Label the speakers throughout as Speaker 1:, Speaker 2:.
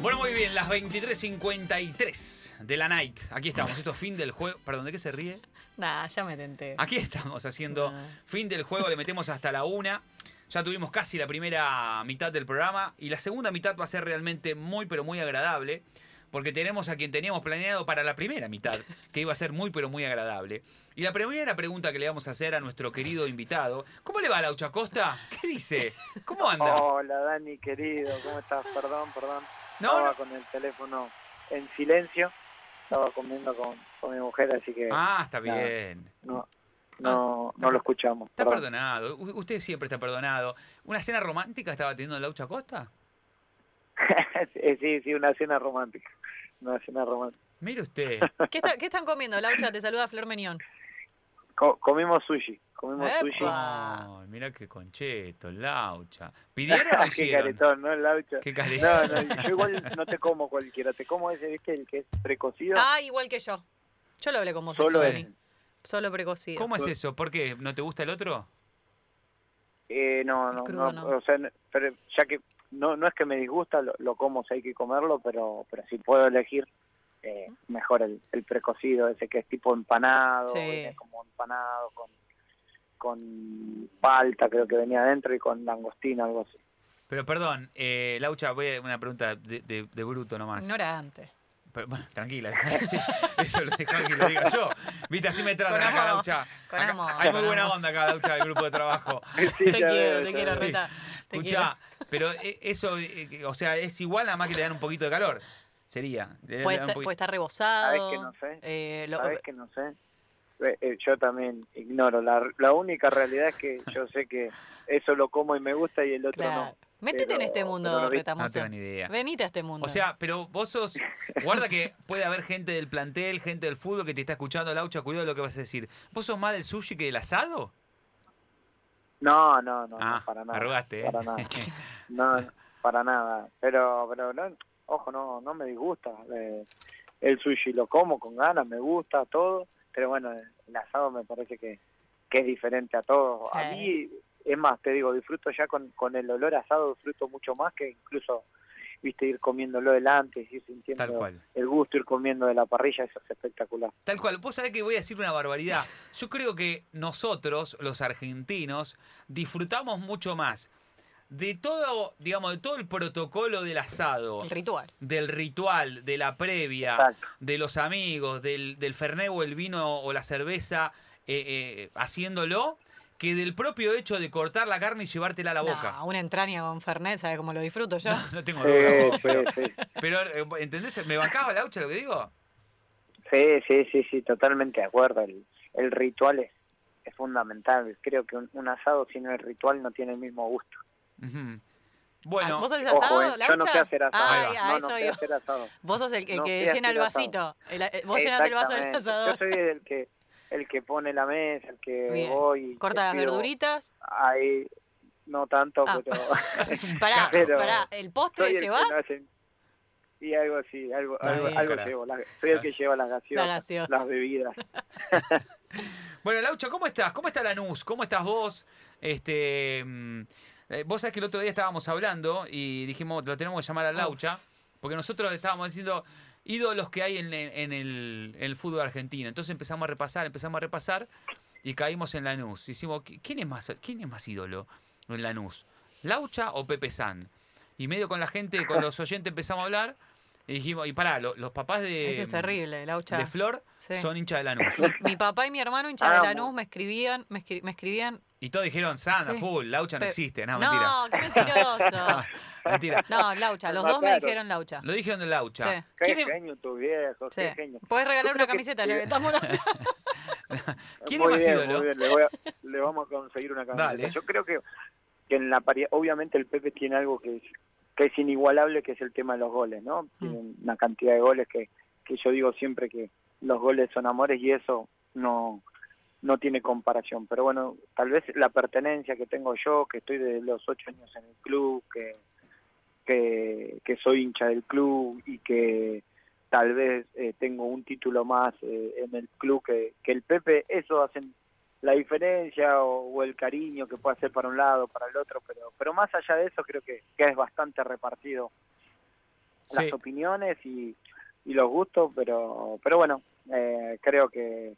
Speaker 1: Bueno, muy bien, las 23.53 de la night. Aquí estamos, esto es fin del juego. Perdón, ¿de qué se ríe?
Speaker 2: Nah, ya me tenté.
Speaker 1: Aquí estamos haciendo
Speaker 2: Ah.
Speaker 1: fin del juego, le metemos hasta la una. Ya tuvimos casi la primera mitad del programa y la segunda mitad va a ser realmente muy pero muy agradable porque tenemos a quien teníamos planeado para la primera mitad, que iba a ser muy pero muy agradable. Y la primera pregunta que le vamos a hacer a nuestro querido invitado, ¿cómo le va Laucha Costa? ¿Qué dice? ¿Cómo anda?
Speaker 3: Hola Dani querido, ¿cómo estás? Perdón, perdón.
Speaker 1: No,
Speaker 3: Estaba
Speaker 1: no.
Speaker 3: con el teléfono en silencio. Estaba comiendo con, con mi mujer, así que
Speaker 1: Ah, está
Speaker 3: Nada.
Speaker 1: bien.
Speaker 3: no, no, no lo escuchamos.
Speaker 1: Está
Speaker 3: perdón.
Speaker 1: perdonado. U- Usted siempre está perdonado. ¿Una cena romántica estaba teniendo Laucha Costa?
Speaker 3: Eh, sí, sí, una cena romántica. Una cena romántica.
Speaker 1: Mire usted.
Speaker 2: ¿Qué, está- qué están comiendo, Laucha? Te saluda Flor Menión.
Speaker 3: Co- comimos sushi, comimos
Speaker 2: ¡Epa!
Speaker 3: sushi.
Speaker 2: Ah.
Speaker 1: Ay, mira qué concheto, Laucha. ¿Pidieron o no
Speaker 3: Qué
Speaker 1: hicieron?
Speaker 3: caretón, ¿no? El laucha.
Speaker 1: Qué care-
Speaker 3: No, no, yo igual no te como cualquiera, te como ese, viste, el que es precocido.
Speaker 2: Ah, igual que yo. Yo lo hablé con vos.
Speaker 3: Solo
Speaker 1: Sí.
Speaker 2: Johnny. Solo precocido.
Speaker 1: ¿Cómo es eso? ¿Por qué? ¿No te gusta el otro?
Speaker 3: Eh, no, no,
Speaker 2: Crudo,
Speaker 3: no,
Speaker 2: no.
Speaker 3: o sea, no- pero ya que no, no es que me disgusta, lo, lo como, si hay que comerlo, pero, pero si puedo elegir, eh, mejor el, el precocido, ese que es tipo empanado,
Speaker 2: Sí.
Speaker 3: viene como empanado con, con palta, creo que venía adentro, y con langostina, algo así.
Speaker 1: Pero perdón, eh, Laucha, voy a una pregunta de, de- de bruto nomás.
Speaker 2: Ignorante.
Speaker 1: Pero, bueno, tranquila, eso lo dejame que lo diga yo. Viste, así me tratan
Speaker 2: Con
Speaker 1: acá,
Speaker 2: amor,
Speaker 1: Laucha.
Speaker 2: con
Speaker 1: Acá-
Speaker 2: amor,
Speaker 1: hay
Speaker 2: con
Speaker 1: muy buena
Speaker 2: amor.
Speaker 1: onda acá, Laucha, del grupo de trabajo.
Speaker 2: Te
Speaker 3: Sí, ya
Speaker 2: quiero,
Speaker 3: veo,
Speaker 2: te
Speaker 3: ya
Speaker 2: quiero,
Speaker 3: veo.
Speaker 2: Rita. Te
Speaker 1: Escuchá, pero eh, eso, eh, o sea, es igual nada más que le dan un poquito de calor. Sería. Le- le
Speaker 2: quiero. Puede,
Speaker 1: dan eh, un
Speaker 2: ser-
Speaker 1: poquito-
Speaker 2: puede estar rebozado.
Speaker 3: Sabés que no sé.
Speaker 2: Eh, lo-
Speaker 3: Sabés que no sé. Eh, eh, yo también ignoro. La, la única realidad es que yo sé que eso lo como y me gusta y el otro
Speaker 2: claro.
Speaker 3: no.
Speaker 2: Métete
Speaker 3: Pero-
Speaker 2: en este
Speaker 3: pero
Speaker 2: mundo,
Speaker 3: lo vi-
Speaker 1: No
Speaker 2: Retamoso.
Speaker 1: tengo ni idea.
Speaker 2: Venite a este mundo.
Speaker 1: O sea, pero vos sos. Guarda que puede haber gente del plantel, gente del fútbol que te está escuchando, Laucha, cuidado de lo que vas a decir. ¿Vos sos más del sushi que del asado?
Speaker 3: No, no, no,
Speaker 1: Ah,
Speaker 3: no, para nada.
Speaker 1: arrugaste, ¿eh?
Speaker 3: Para nada. No, para nada. Pero, pero no, ojo, no, no me disgusta. eh, el sushi lo como con ganas, me gusta todo. Pero bueno, el asado me parece que, que es diferente a todo. A
Speaker 2: Sí.
Speaker 3: mí, es más, te digo, disfruto ya con, con el olor a asado, disfruto mucho más que incluso, viste, ir comiéndolo delante, ir sintiendo
Speaker 1: Tal cual.
Speaker 3: el gusto, ir comiendo de la parrilla, eso es espectacular.
Speaker 1: Tal cual. Vos sabés que voy a decir una barbaridad. Yo creo que nosotros, los argentinos, disfrutamos mucho más de todo, digamos, de todo el protocolo del asado.
Speaker 2: el ritual.
Speaker 1: del ritual, de la previa,
Speaker 3: Exacto.
Speaker 1: de los amigos, del, del fernet o el vino o la cerveza eh, eh, haciéndolo, que del propio hecho de cortar la carne y llevártela a la boca.
Speaker 2: No, una entraña con Fernet, ¿sabes cómo lo disfruto yo? Ah,
Speaker 1: No tengo duda.
Speaker 3: Sí,
Speaker 1: vos,
Speaker 3: Eh, sí,
Speaker 1: pero,
Speaker 3: sí.
Speaker 1: pero, eh, ¿entendés? ¿Me bancaba la hucha lo que digo?
Speaker 3: Sí, sí, sí, sí, totalmente de acuerdo. El, el ritual es, es fundamental. Creo que un, un asado sin el ritual no tiene el mismo gusto.
Speaker 1: Ujú.
Speaker 2: Ah,
Speaker 1: Bueno,
Speaker 2: ¿Vos sos el
Speaker 3: Ojo,
Speaker 2: asado,
Speaker 3: eh, yo no sé
Speaker 2: Laucha?
Speaker 3: hacer asado.
Speaker 2: Ay,
Speaker 1: Ahí
Speaker 2: a
Speaker 3: no,
Speaker 2: eso
Speaker 3: no sé
Speaker 2: iba.
Speaker 3: hacer asado.
Speaker 2: Vos sos el, el
Speaker 3: No
Speaker 2: que
Speaker 3: sé
Speaker 2: llena el
Speaker 3: hacer asado.
Speaker 2: vasito. El- eh, vos llenas el vaso del
Speaker 3: Exactamente.
Speaker 2: asado.
Speaker 3: Yo soy el que el que pone la mesa, el que
Speaker 2: Bien.
Speaker 3: voy. y
Speaker 2: Corta
Speaker 3: te
Speaker 2: las
Speaker 3: pido-
Speaker 2: verduritas.
Speaker 3: Ahí, no tanto,
Speaker 2: Ah.
Speaker 3: pero.
Speaker 1: haces un
Speaker 2: Pará,
Speaker 1: carajo.
Speaker 3: Pero-
Speaker 2: pará, ¿el postre
Speaker 3: soy el que
Speaker 2: llevas?
Speaker 3: no hace- Y algo así, algo,
Speaker 1: No,
Speaker 3: algo,
Speaker 1: sí,
Speaker 3: algo
Speaker 1: carajo.
Speaker 3: llevo. las- soy el que lleva las gaseosas,
Speaker 2: La gaseosa.
Speaker 3: las bebidas.
Speaker 1: Bueno, Laucha, ¿cómo estás? ¿Cómo está Lanús? ¿Cómo estás vos? Este, mm, eh, vos sabés que el otro día estábamos hablando y dijimos, lo tenemos que llamar a Laucha, porque nosotros estábamos diciendo ídolos que hay en, en- en el, en el fútbol argentino. Entonces empezamos a repasar, empezamos a repasar y caímos en Lanús. Hicimos, "¿Qui- ¿quién es más, quién es más ídolo en Lanús? ¿Laucha o Pepe San? Y medio con la gente, con los oyentes empezamos a hablar y dijimos, y pará, lo- los papás de,
Speaker 2: Esto es terrible, Laucha.
Speaker 1: em, de Flor
Speaker 2: Sí.
Speaker 1: son hinchas de Lanús.
Speaker 2: Mi papá y mi hermano, hincha de
Speaker 3: Amo.
Speaker 2: Lanús, me escribían, me, escri- me escribían.
Speaker 1: Y todos dijeron, Sana,
Speaker 2: Sí.
Speaker 1: full, Laucha no
Speaker 2: pe-
Speaker 1: existe. No, mentira. Ah,
Speaker 2: no, qué mentiroso.
Speaker 1: mentira.
Speaker 2: No, Laucha, los
Speaker 3: Me
Speaker 2: dos me
Speaker 3: mataron.
Speaker 2: dijeron Laucha.
Speaker 1: Lo dijeron de Laucha.
Speaker 2: Sí.
Speaker 3: Qué
Speaker 1: ¿Quién, es,
Speaker 3: genio tu viejo,
Speaker 2: Sí.
Speaker 3: qué genio.
Speaker 2: Podés regalar
Speaker 3: Yo
Speaker 2: una
Speaker 3: creo que-
Speaker 2: camiseta, ya que estamos Laucha.
Speaker 1: quién es
Speaker 3: muy
Speaker 1: más
Speaker 3: bien,
Speaker 1: ídolo?
Speaker 3: muy bien, Le, voy a- le vamos a conseguir una camiseta.
Speaker 1: Dale.
Speaker 3: Yo creo que, que en la paridad, obviamente el Pepe tiene algo que es, que es inigualable, que es el tema de los goles, ¿no?
Speaker 1: Mm.
Speaker 3: Tiene una cantidad de goles que, que yo digo siempre que los goles son amores y eso no no tiene comparación. Pero bueno, tal vez la pertenencia que tengo yo, que estoy desde los ocho años en el club, que, que, que soy hincha del club y que tal vez eh, tengo un título más eh, en el club que, que el Pepe, eso hacen la diferencia o, o el cariño que puede hacer para un lado, para el otro, pero, pero más allá de eso creo que, que es bastante repartido
Speaker 1: Sí.
Speaker 3: las opiniones y, y los gustos, pero, pero bueno, eh, creo que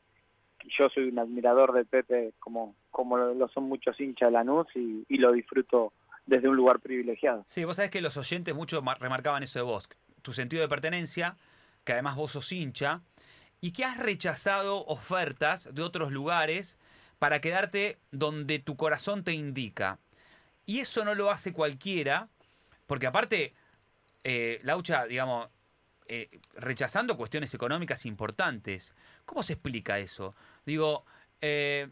Speaker 3: yo soy un admirador del Pepe como, como lo son muchos hinchas de Lanús y, y lo disfruto desde un lugar privilegiado.
Speaker 1: Sí, vos sabés que los oyentes mucho ma- remarcaban eso de vos, tu sentido de pertenencia, que además vos sos hincha, y que has rechazado ofertas de otros lugares para quedarte donde tu corazón te indica. Y eso no lo hace cualquiera, porque aparte, eh, Laucha, digamos, eh, rechazando cuestiones económicas importantes. ¿Cómo se explica eso? Digo, eh,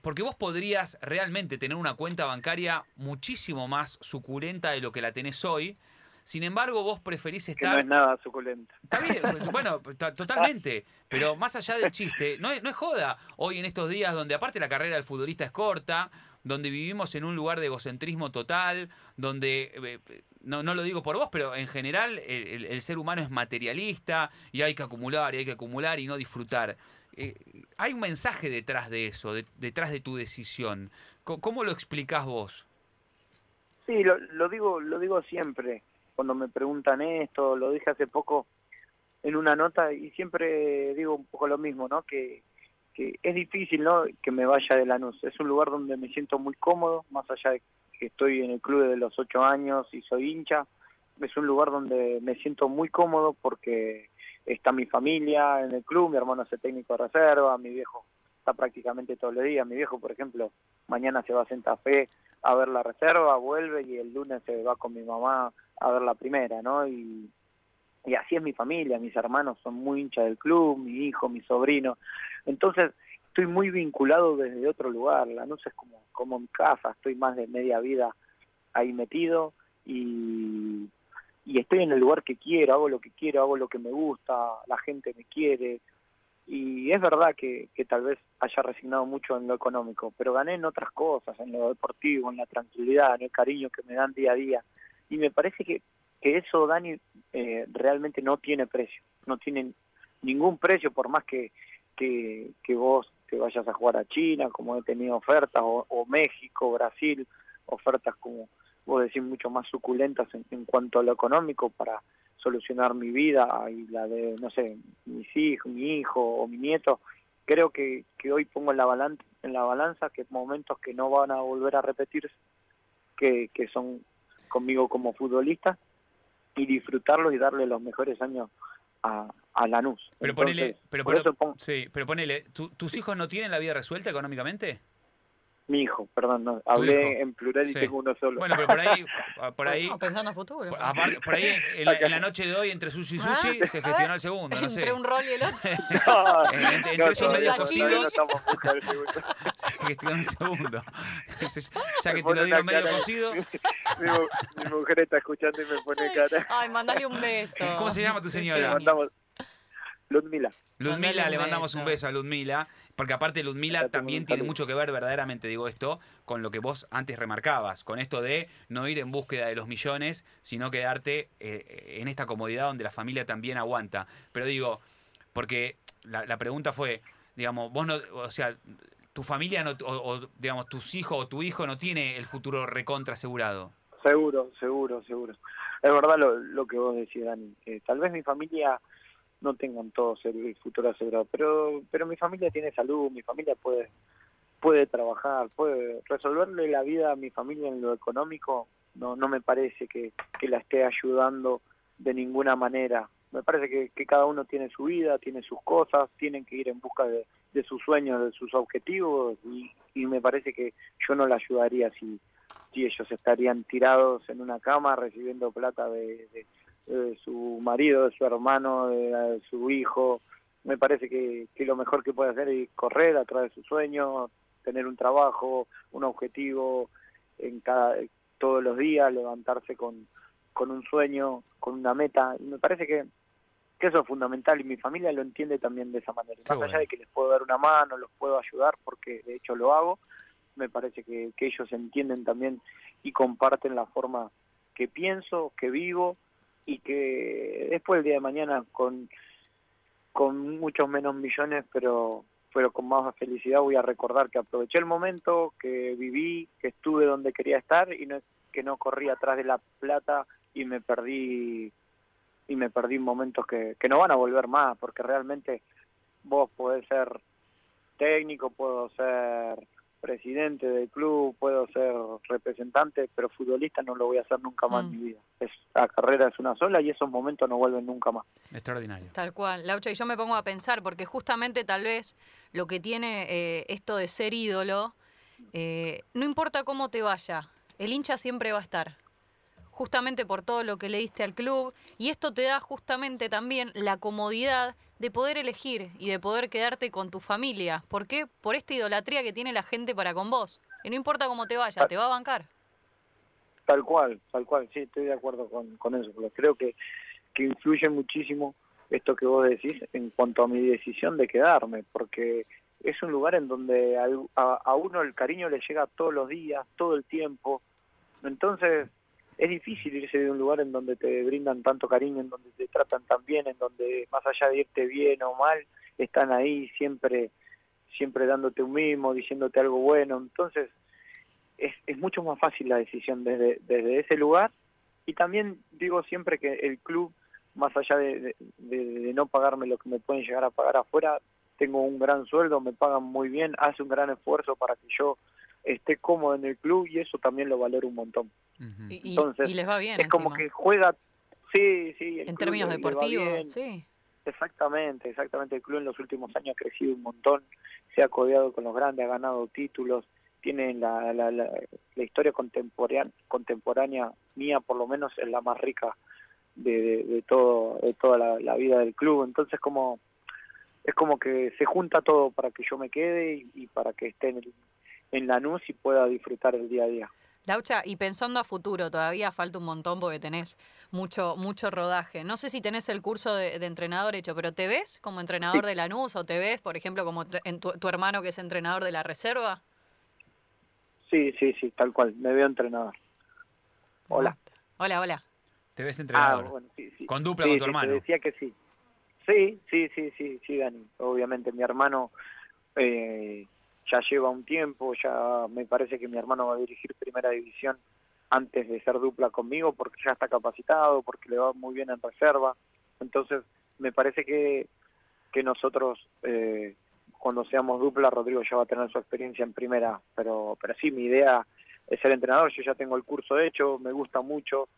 Speaker 1: porque vos podrías realmente tener una cuenta bancaria muchísimo más suculenta de lo que la tenés hoy. Sin embargo, vos preferís
Speaker 3: Que no
Speaker 1: estar.
Speaker 3: es nada suculento.
Speaker 1: Está bien, bueno, pues, to- totalmente. Pero más allá del chiste, no es, no es joda. Hoy en estos días donde aparte la carrera del futbolista es corta, donde vivimos en un lugar de egocentrismo total, donde, eh, eh, no, no lo digo por vos, pero en general el, el- el ser humano es materialista y hay que acumular y hay que acumular y no disfrutar. Eh, hay un mensaje detrás de eso, de- detrás de tu decisión. Co- ¿Cómo lo explicás vos?
Speaker 3: Sí, lo, lo digo, lo digo siempre cuando me preguntan esto. Lo dije hace poco en una nota y siempre digo un poco lo mismo, ¿no? Que, que es difícil, ¿no? Que me vaya de Lanús. Es un lugar donde me siento muy cómodo, más allá de que estoy en el club de los ocho años y soy hincha. Es un lugar donde me siento muy cómodo porque está mi familia en el club, mi hermano es el técnico de reserva, mi viejo está prácticamente todos los días. Mi viejo, por ejemplo, mañana se va a Santa Fe a ver la reserva, vuelve y el lunes se va con mi mamá a ver la primera, ¿no? Y, y así es mi familia, mis hermanos son muy hinchas del club, mi hijo, mi sobrino. Entonces, estoy muy vinculado desde otro lugar, la es como, como mi casa, estoy más de media vida ahí metido y, y estoy en el lugar que quiero, hago lo que quiero, hago lo que me gusta, la gente me quiere. Y es verdad que, que tal vez haya resignado mucho en lo económico, pero gané en otras cosas, en lo deportivo, en la tranquilidad, en el cariño que me dan día a día. Y me parece que, que eso, Dani, eh, realmente no tiene precio. No tiene ningún precio, por más que, que, que vos te vayas a jugar a China, como he tenido ofertas, o, o México, Brasil, ofertas como vos decís, mucho más suculentas en, en cuanto a lo económico para solucionar mi vida y la de, no sé, mis hijos, mi hijo o mi nieto. Creo que, que hoy pongo en la, balan- en la balanza que momentos que no van a volver a repetirse, que, que son conmigo como futbolista, y disfrutarlos y darle los mejores años a, a Lanús.
Speaker 1: Pero ponele,
Speaker 3: Entonces,
Speaker 1: pero,
Speaker 3: por
Speaker 1: pero-
Speaker 3: eso pongo-
Speaker 1: sí, pero ponele, ¿tu- ¿tus hijos no tienen la vida resuelta económicamente?
Speaker 3: mi hijo, perdón, no, hablé
Speaker 1: hijo.
Speaker 3: en plural y
Speaker 1: Sí.
Speaker 3: tengo uno solo.
Speaker 1: Bueno, pero por ahí, por ahí,
Speaker 2: No, pensando a futuro.
Speaker 1: Por, Pues, aparte, por ahí, en la, en la noche de hoy, entre sushi y
Speaker 2: Ah,
Speaker 1: sushi, se
Speaker 2: a
Speaker 1: gestionó
Speaker 2: ver,
Speaker 1: el segundo, no
Speaker 2: Entre
Speaker 1: sé.
Speaker 2: un rol y el otro.
Speaker 3: No,
Speaker 1: Entre- entre
Speaker 3: no,
Speaker 1: esos
Speaker 3: todavía-
Speaker 2: medios
Speaker 3: todavía
Speaker 2: cocidos.
Speaker 3: no estamos juntos, el segundo.
Speaker 1: Se gestionó el segundo. Entonces, ya que te
Speaker 3: Me
Speaker 1: lo
Speaker 3: pone
Speaker 1: dieron
Speaker 3: una
Speaker 1: medio
Speaker 3: cara.
Speaker 1: cocido.
Speaker 3: mi, mu- mi mujer está escuchando y me pone cara.
Speaker 2: Ay, mandale un beso.
Speaker 1: ¿Cómo se llama tu señora?
Speaker 3: Le
Speaker 2: Genio.
Speaker 3: mandamos. Ludmila.
Speaker 2: Mandale
Speaker 1: Ludmila,
Speaker 2: un
Speaker 1: le mandamos un
Speaker 2: beso.
Speaker 1: beso a Ludmila, porque aparte
Speaker 3: Acá
Speaker 1: Ludmila
Speaker 3: tengo
Speaker 1: también
Speaker 3: un
Speaker 1: tiene
Speaker 3: saludo.
Speaker 1: mucho que ver, verdaderamente digo esto, con lo que vos antes remarcabas, con esto de no ir en búsqueda de los millones, sino quedarte eh, en esta comodidad donde la familia también aguanta. Pero digo, porque la, la pregunta fue, digamos, vos no, o sea, tu familia no, o, o, digamos, tus hijos o tu hijo no tiene el futuro recontra asegurado.
Speaker 3: Seguro, seguro, seguro. Es verdad lo, lo que vos decís, Dani. que tal vez mi familia no tengan todos el futuro asegurado, pero pero mi familia tiene salud, mi familia puede puede trabajar, puede resolverle la vida a mi familia en lo económico. No no me parece que, que la esté ayudando de ninguna manera. Me parece que, que cada uno tiene su vida, tiene sus cosas, tienen que ir en busca de, de sus sueños, de sus objetivos y, y me parece que yo no la ayudaría si, si ellos estarían tirados en una cama recibiendo plata de, de- de su marido, de su hermano, de, de su hijo. Me parece que, que lo mejor que puede hacer es correr atrás de sus sueños, tener un trabajo, un objetivo en cada todos los días, levantarse con, con un sueño, con una meta. Y me parece que, que eso es fundamental y mi familia lo entiende también de esa manera. Y
Speaker 1: Qué
Speaker 3: Más
Speaker 1: bueno.
Speaker 3: allá de que les puedo dar una mano, los puedo ayudar, porque de hecho lo hago, me parece que, que ellos entienden también y comparten la forma que pienso, que vivo y que después el día de mañana con, con muchos menos millones, pero, pero con más felicidad voy a recordar que aproveché el momento, que viví, que estuve donde quería estar y no, que no corrí atrás de la plata y me perdí y me perdí momentos que, que no van a volver más, porque realmente vos podés ser técnico, puedo ser presidente del club, puedo ser representante, pero futbolista no lo voy a hacer nunca más
Speaker 2: Mm.
Speaker 3: en mi vida. Es, la carrera es una sola y esos momentos no vuelven nunca más.
Speaker 1: Extraordinario.
Speaker 2: Tal cual, Laucha, y yo me pongo a pensar, porque justamente tal vez lo que tiene eh, esto de ser ídolo, eh, no importa cómo te vaya, el hincha siempre va a estar, justamente por todo lo que le diste al club, y esto te da justamente también la comodidad de poder elegir y de poder quedarte con tu familia. ¿Por qué? Por esta idolatría que tiene la gente para con vos. Y no importa cómo te vaya,
Speaker 3: Ah.
Speaker 2: te va a bancar.
Speaker 3: Tal cual, tal cual, sí, estoy de acuerdo con, con eso, pero creo que, que influye muchísimo esto que vos decís en cuanto a mi decisión de quedarme, porque es un lugar en donde al- a, a uno el cariño le llega todos los días, todo el tiempo, entonces es difícil irse de un lugar en donde te brindan tanto cariño, en donde te tratan tan bien, en donde más allá de irte bien o mal, están ahí siempre, siempre dándote un mimo, diciéndote algo bueno, entonces es, es mucho más fácil la decisión desde, desde ese lugar. Y también digo siempre que el club, más allá de, de- de- de no pagarme lo que me pueden llegar a pagar afuera, tengo un gran sueldo, me pagan muy bien, hace un gran esfuerzo para que yo esté cómodo en el club y eso también lo valoro un montón.
Speaker 1: Ujú.
Speaker 2: Y, y-
Speaker 3: Entonces,
Speaker 2: y les va bien.
Speaker 3: es como
Speaker 2: encima.
Speaker 3: que juega, sí, sí, el
Speaker 2: en
Speaker 3: club
Speaker 2: términos
Speaker 3: le- le va
Speaker 2: deportivos,
Speaker 3: bien.
Speaker 2: sí.
Speaker 3: Exactamente, exactamente. El club en los últimos años ha crecido un montón, se ha codeado con los grandes, ha ganado títulos, tiene la, la, la, la historia contemporánea, contemporánea mía, por lo menos, es la más rica de, de, de todo, de toda la, la vida del club. Entonces, como es como que se junta todo para que yo me quede y, y para que esté en, el- en Lanús y pueda disfrutar el día a día.
Speaker 2: Laucha, y pensando a futuro, todavía falta un montón porque tenés mucho, mucho rodaje. No sé si tenés el curso de, de entrenador hecho, pero ¿te ves como entrenador de Lanús o te ves, por ejemplo, como tu, en tu, tu hermano que es entrenador de la reserva?
Speaker 3: Sí, sí, sí, tal cual. Me veo entrenador. Hola.
Speaker 2: Hola, hola.
Speaker 1: Te ves
Speaker 3: Ah,
Speaker 1: entrenador.
Speaker 3: bueno, sí, sí.
Speaker 1: Con dupla
Speaker 3: Sí,
Speaker 1: con tu
Speaker 3: sí,
Speaker 1: hermano.
Speaker 3: Te decía que sí. Sí, sí, sí, sí, sí, Dani. Obviamente mi hermano eh, ya lleva un tiempo, ya me parece que mi hermano va a dirigir primera división antes de ser dupla conmigo porque ya está capacitado, porque le va muy bien en reserva. Entonces, me parece que, que nosotros, eh, cuando seamos dupla, Rodrigo ya va a tener su experiencia en primera. Pero, pero sí, mi idea es ser entrenador. Yo ya tengo el curso hecho, me gusta mucho.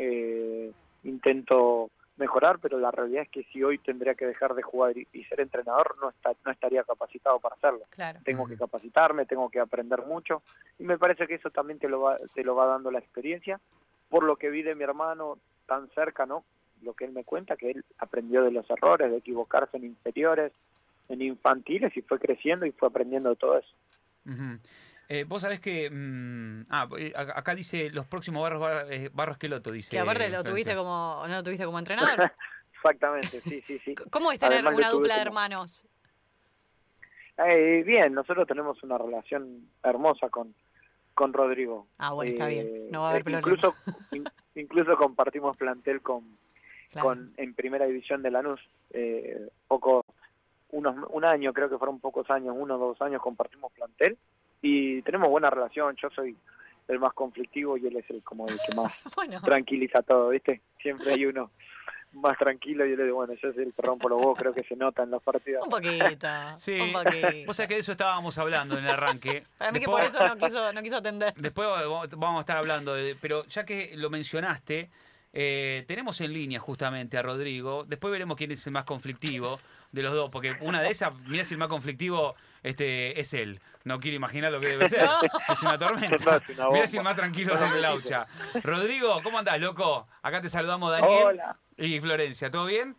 Speaker 3: eh, intento mejorar, pero la realidad es que si hoy tendría que dejar de jugar y, y ser entrenador, no, está, no estaría capacitado para hacerlo
Speaker 2: Claro.
Speaker 3: tengo que capacitarme, tengo que aprender mucho y me parece que eso también te lo va, te lo va dando la experiencia, por lo que vi de mi hermano tan cerca, ¿no? Lo que él me cuenta, que él aprendió de los errores, de equivocarse en inferiores, en infantiles y fue creciendo y fue aprendiendo de todo eso.
Speaker 1: Ujú. Eh, Vos sabés que. mm, ah, eh, ac- acá dice los próximos barros, Bar- eh, barros Queloto, dice.
Speaker 2: Que aparte lo
Speaker 1: Florencia.
Speaker 2: tuviste como, no lo tuviste como entrenador.
Speaker 3: Exactamente, sí, sí, sí.
Speaker 2: ¿Cómo es tener
Speaker 3: Además, lo
Speaker 2: una
Speaker 3: tuve
Speaker 2: dupla de
Speaker 3: como-
Speaker 2: hermanos?
Speaker 3: Eh, bien, nosotros tenemos una relación hermosa con, con Rodrigo.
Speaker 2: Ah, bueno, está bien. No va a haber problema.
Speaker 3: Eh, incluso, in- incluso compartimos plantel con,
Speaker 2: Claro.
Speaker 3: con en primera división de Lanús eh, poco unos un año creo que fueron pocos años uno o dos años compartimos plantel y tenemos buena relación yo soy el más conflictivo y él es el como el que más
Speaker 2: Bueno,
Speaker 3: tranquiliza todo viste siempre hay uno más tranquilo y él es bueno yo soy el que rompo los huevos creo que se nota en los partidos
Speaker 2: un poquito.
Speaker 1: Sí.
Speaker 2: Un poquito.
Speaker 1: Vos sabés que de eso estábamos hablando en el arranque.
Speaker 2: Para mí que por
Speaker 1: Después-
Speaker 2: eso no quiso, no quiso atender.
Speaker 1: Después vamos vamos a estar hablando, de- pero ya que lo mencionaste, eh, tenemos en línea justamente a Rodrigo. Después veremos quién es el más conflictivo de los dos, porque una de esas, mirá si el más conflictivo este, es él. No quiero imaginar lo que debe ser.
Speaker 2: No.
Speaker 1: Es una tormenta.
Speaker 3: Total, es una
Speaker 1: Mirá si el
Speaker 3: bomba.
Speaker 1: más tranquilo es el Laucha. Rodrigo, ¿cómo andás, loco? Acá te saludamos, Daniel.
Speaker 3: Hola.
Speaker 1: Y Florencia, ¿todo bien?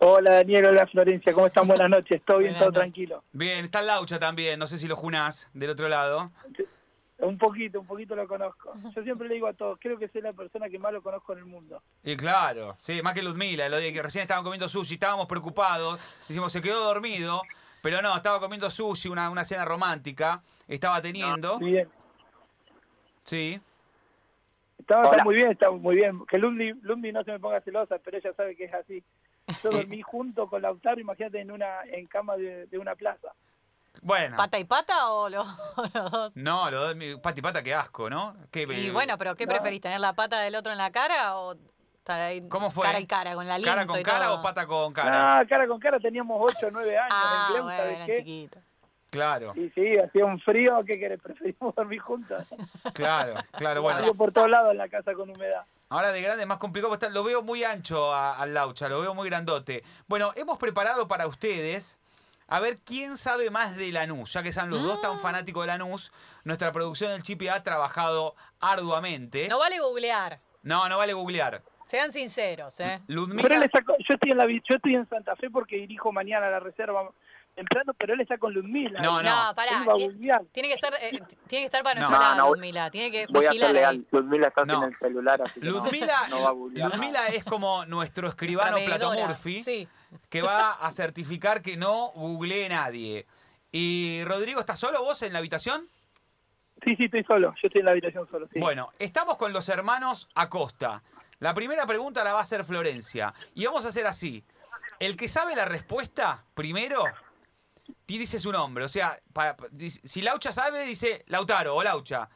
Speaker 3: hola Daniel hola Florencia cómo están buenas noches todo
Speaker 2: bien? Buenas ¿Todo noches.
Speaker 3: tranquilo
Speaker 1: Bien, está el Laucha también. No sé si lo junás del otro lado.
Speaker 3: un poquito un poquito lo conozco yo siempre le digo a todos creo que soy la persona que más lo conozco en el mundo
Speaker 1: Y claro, sí, más que Ludmila, lo de que recién estaban comiendo sushi, estábamos preocupados, decimos, se quedó dormido, pero no, estaba comiendo sushi, una, una cena romántica, estaba
Speaker 2: Oh.
Speaker 1: teniendo,
Speaker 4: Bien.
Speaker 1: sí.
Speaker 4: Está, está
Speaker 3: Hola.
Speaker 4: muy bien, está muy bien. Que Lumbi, Lumbi no se me ponga celosa, pero ella sabe que es así. Yo dormí junto con Lautaro, imagínate, en una en cama de, de una plaza.
Speaker 1: Bueno,
Speaker 2: ¿Pata y pata o los, o los dos?
Speaker 1: no, lo de mi pati pata, qué asco, ¿no? Qué-
Speaker 2: Y bueno, pero ¿qué
Speaker 4: No.
Speaker 2: preferís? ¿Tener la pata del otro en la cara o Estar ahí
Speaker 1: ¿Cómo fue?
Speaker 2: cara y cara, con la aliento
Speaker 1: ¿Cara con
Speaker 2: y
Speaker 1: cara
Speaker 2: todo.
Speaker 1: o pata con cara?
Speaker 4: Ah, cara con cara teníamos 8 o 9 años
Speaker 2: Ah,
Speaker 4: en Glen,
Speaker 2: bueno,
Speaker 4: ¿sabes qué?
Speaker 2: chiquito.
Speaker 1: Claro,
Speaker 4: Y sí, hacía un frío, ¿qué querés? Preferimos dormir juntos.
Speaker 1: claro, claro.
Speaker 4: Bueno.
Speaker 1: Bueno,
Speaker 4: por todos lados en la casa con humedad.
Speaker 1: ahora de grande es más complicado. porque está- Lo veo muy ancho a- al Laucha, lo veo muy grandote. Bueno, hemos preparado para ustedes. A ver quién sabe más de Lanús, ya que son los dos
Speaker 2: Mm.
Speaker 1: tan fanáticos de Lanús. Nuestra producción del Chipi ha trabajado arduamente.
Speaker 2: No vale googlear.
Speaker 1: No, no vale googlear.
Speaker 2: Sean sinceros, ¿eh?
Speaker 4: Pero él
Speaker 1: Ludmila.
Speaker 4: está con- yo estoy en la vi- yo estoy en Santa Fe porque dirijo mañana la reserva temprano, pero él está con Ludmila.
Speaker 1: No, no.
Speaker 2: pará.
Speaker 4: Él va a
Speaker 2: ti-
Speaker 4: googlear.
Speaker 2: Tiene que, ser, eh, ti- tiene que estar para
Speaker 1: No.
Speaker 2: nuestro
Speaker 3: No,
Speaker 2: lado,
Speaker 3: no,
Speaker 2: Mila. Tiene que
Speaker 3: voy a
Speaker 2: vigilar
Speaker 3: ser
Speaker 2: ahí.
Speaker 3: leal. Ludmila está
Speaker 1: No.
Speaker 3: en el celular, así que no-
Speaker 1: Ludmila,
Speaker 3: no, va a bullear
Speaker 1: Ludmila es como nuestro escribano
Speaker 2: Nuestra
Speaker 1: Plato
Speaker 2: medidora.
Speaker 1: Murphy,
Speaker 2: Sí.
Speaker 1: que va a certificar que no googlee nadie. Y Rodrigo, ¿estás solo vos en la habitación?
Speaker 4: Sí, sí, estoy solo. Yo estoy en la habitación solo. Sí.
Speaker 1: Bueno, estamos con los hermanos Acosta. La primera pregunta la va a hacer Florencia. Y vamos a hacer así. El que sabe la respuesta, primero, ti dice su nombre. O sea, pa- pa- di- si Laucha sabe, dice Lautaro o Laucha.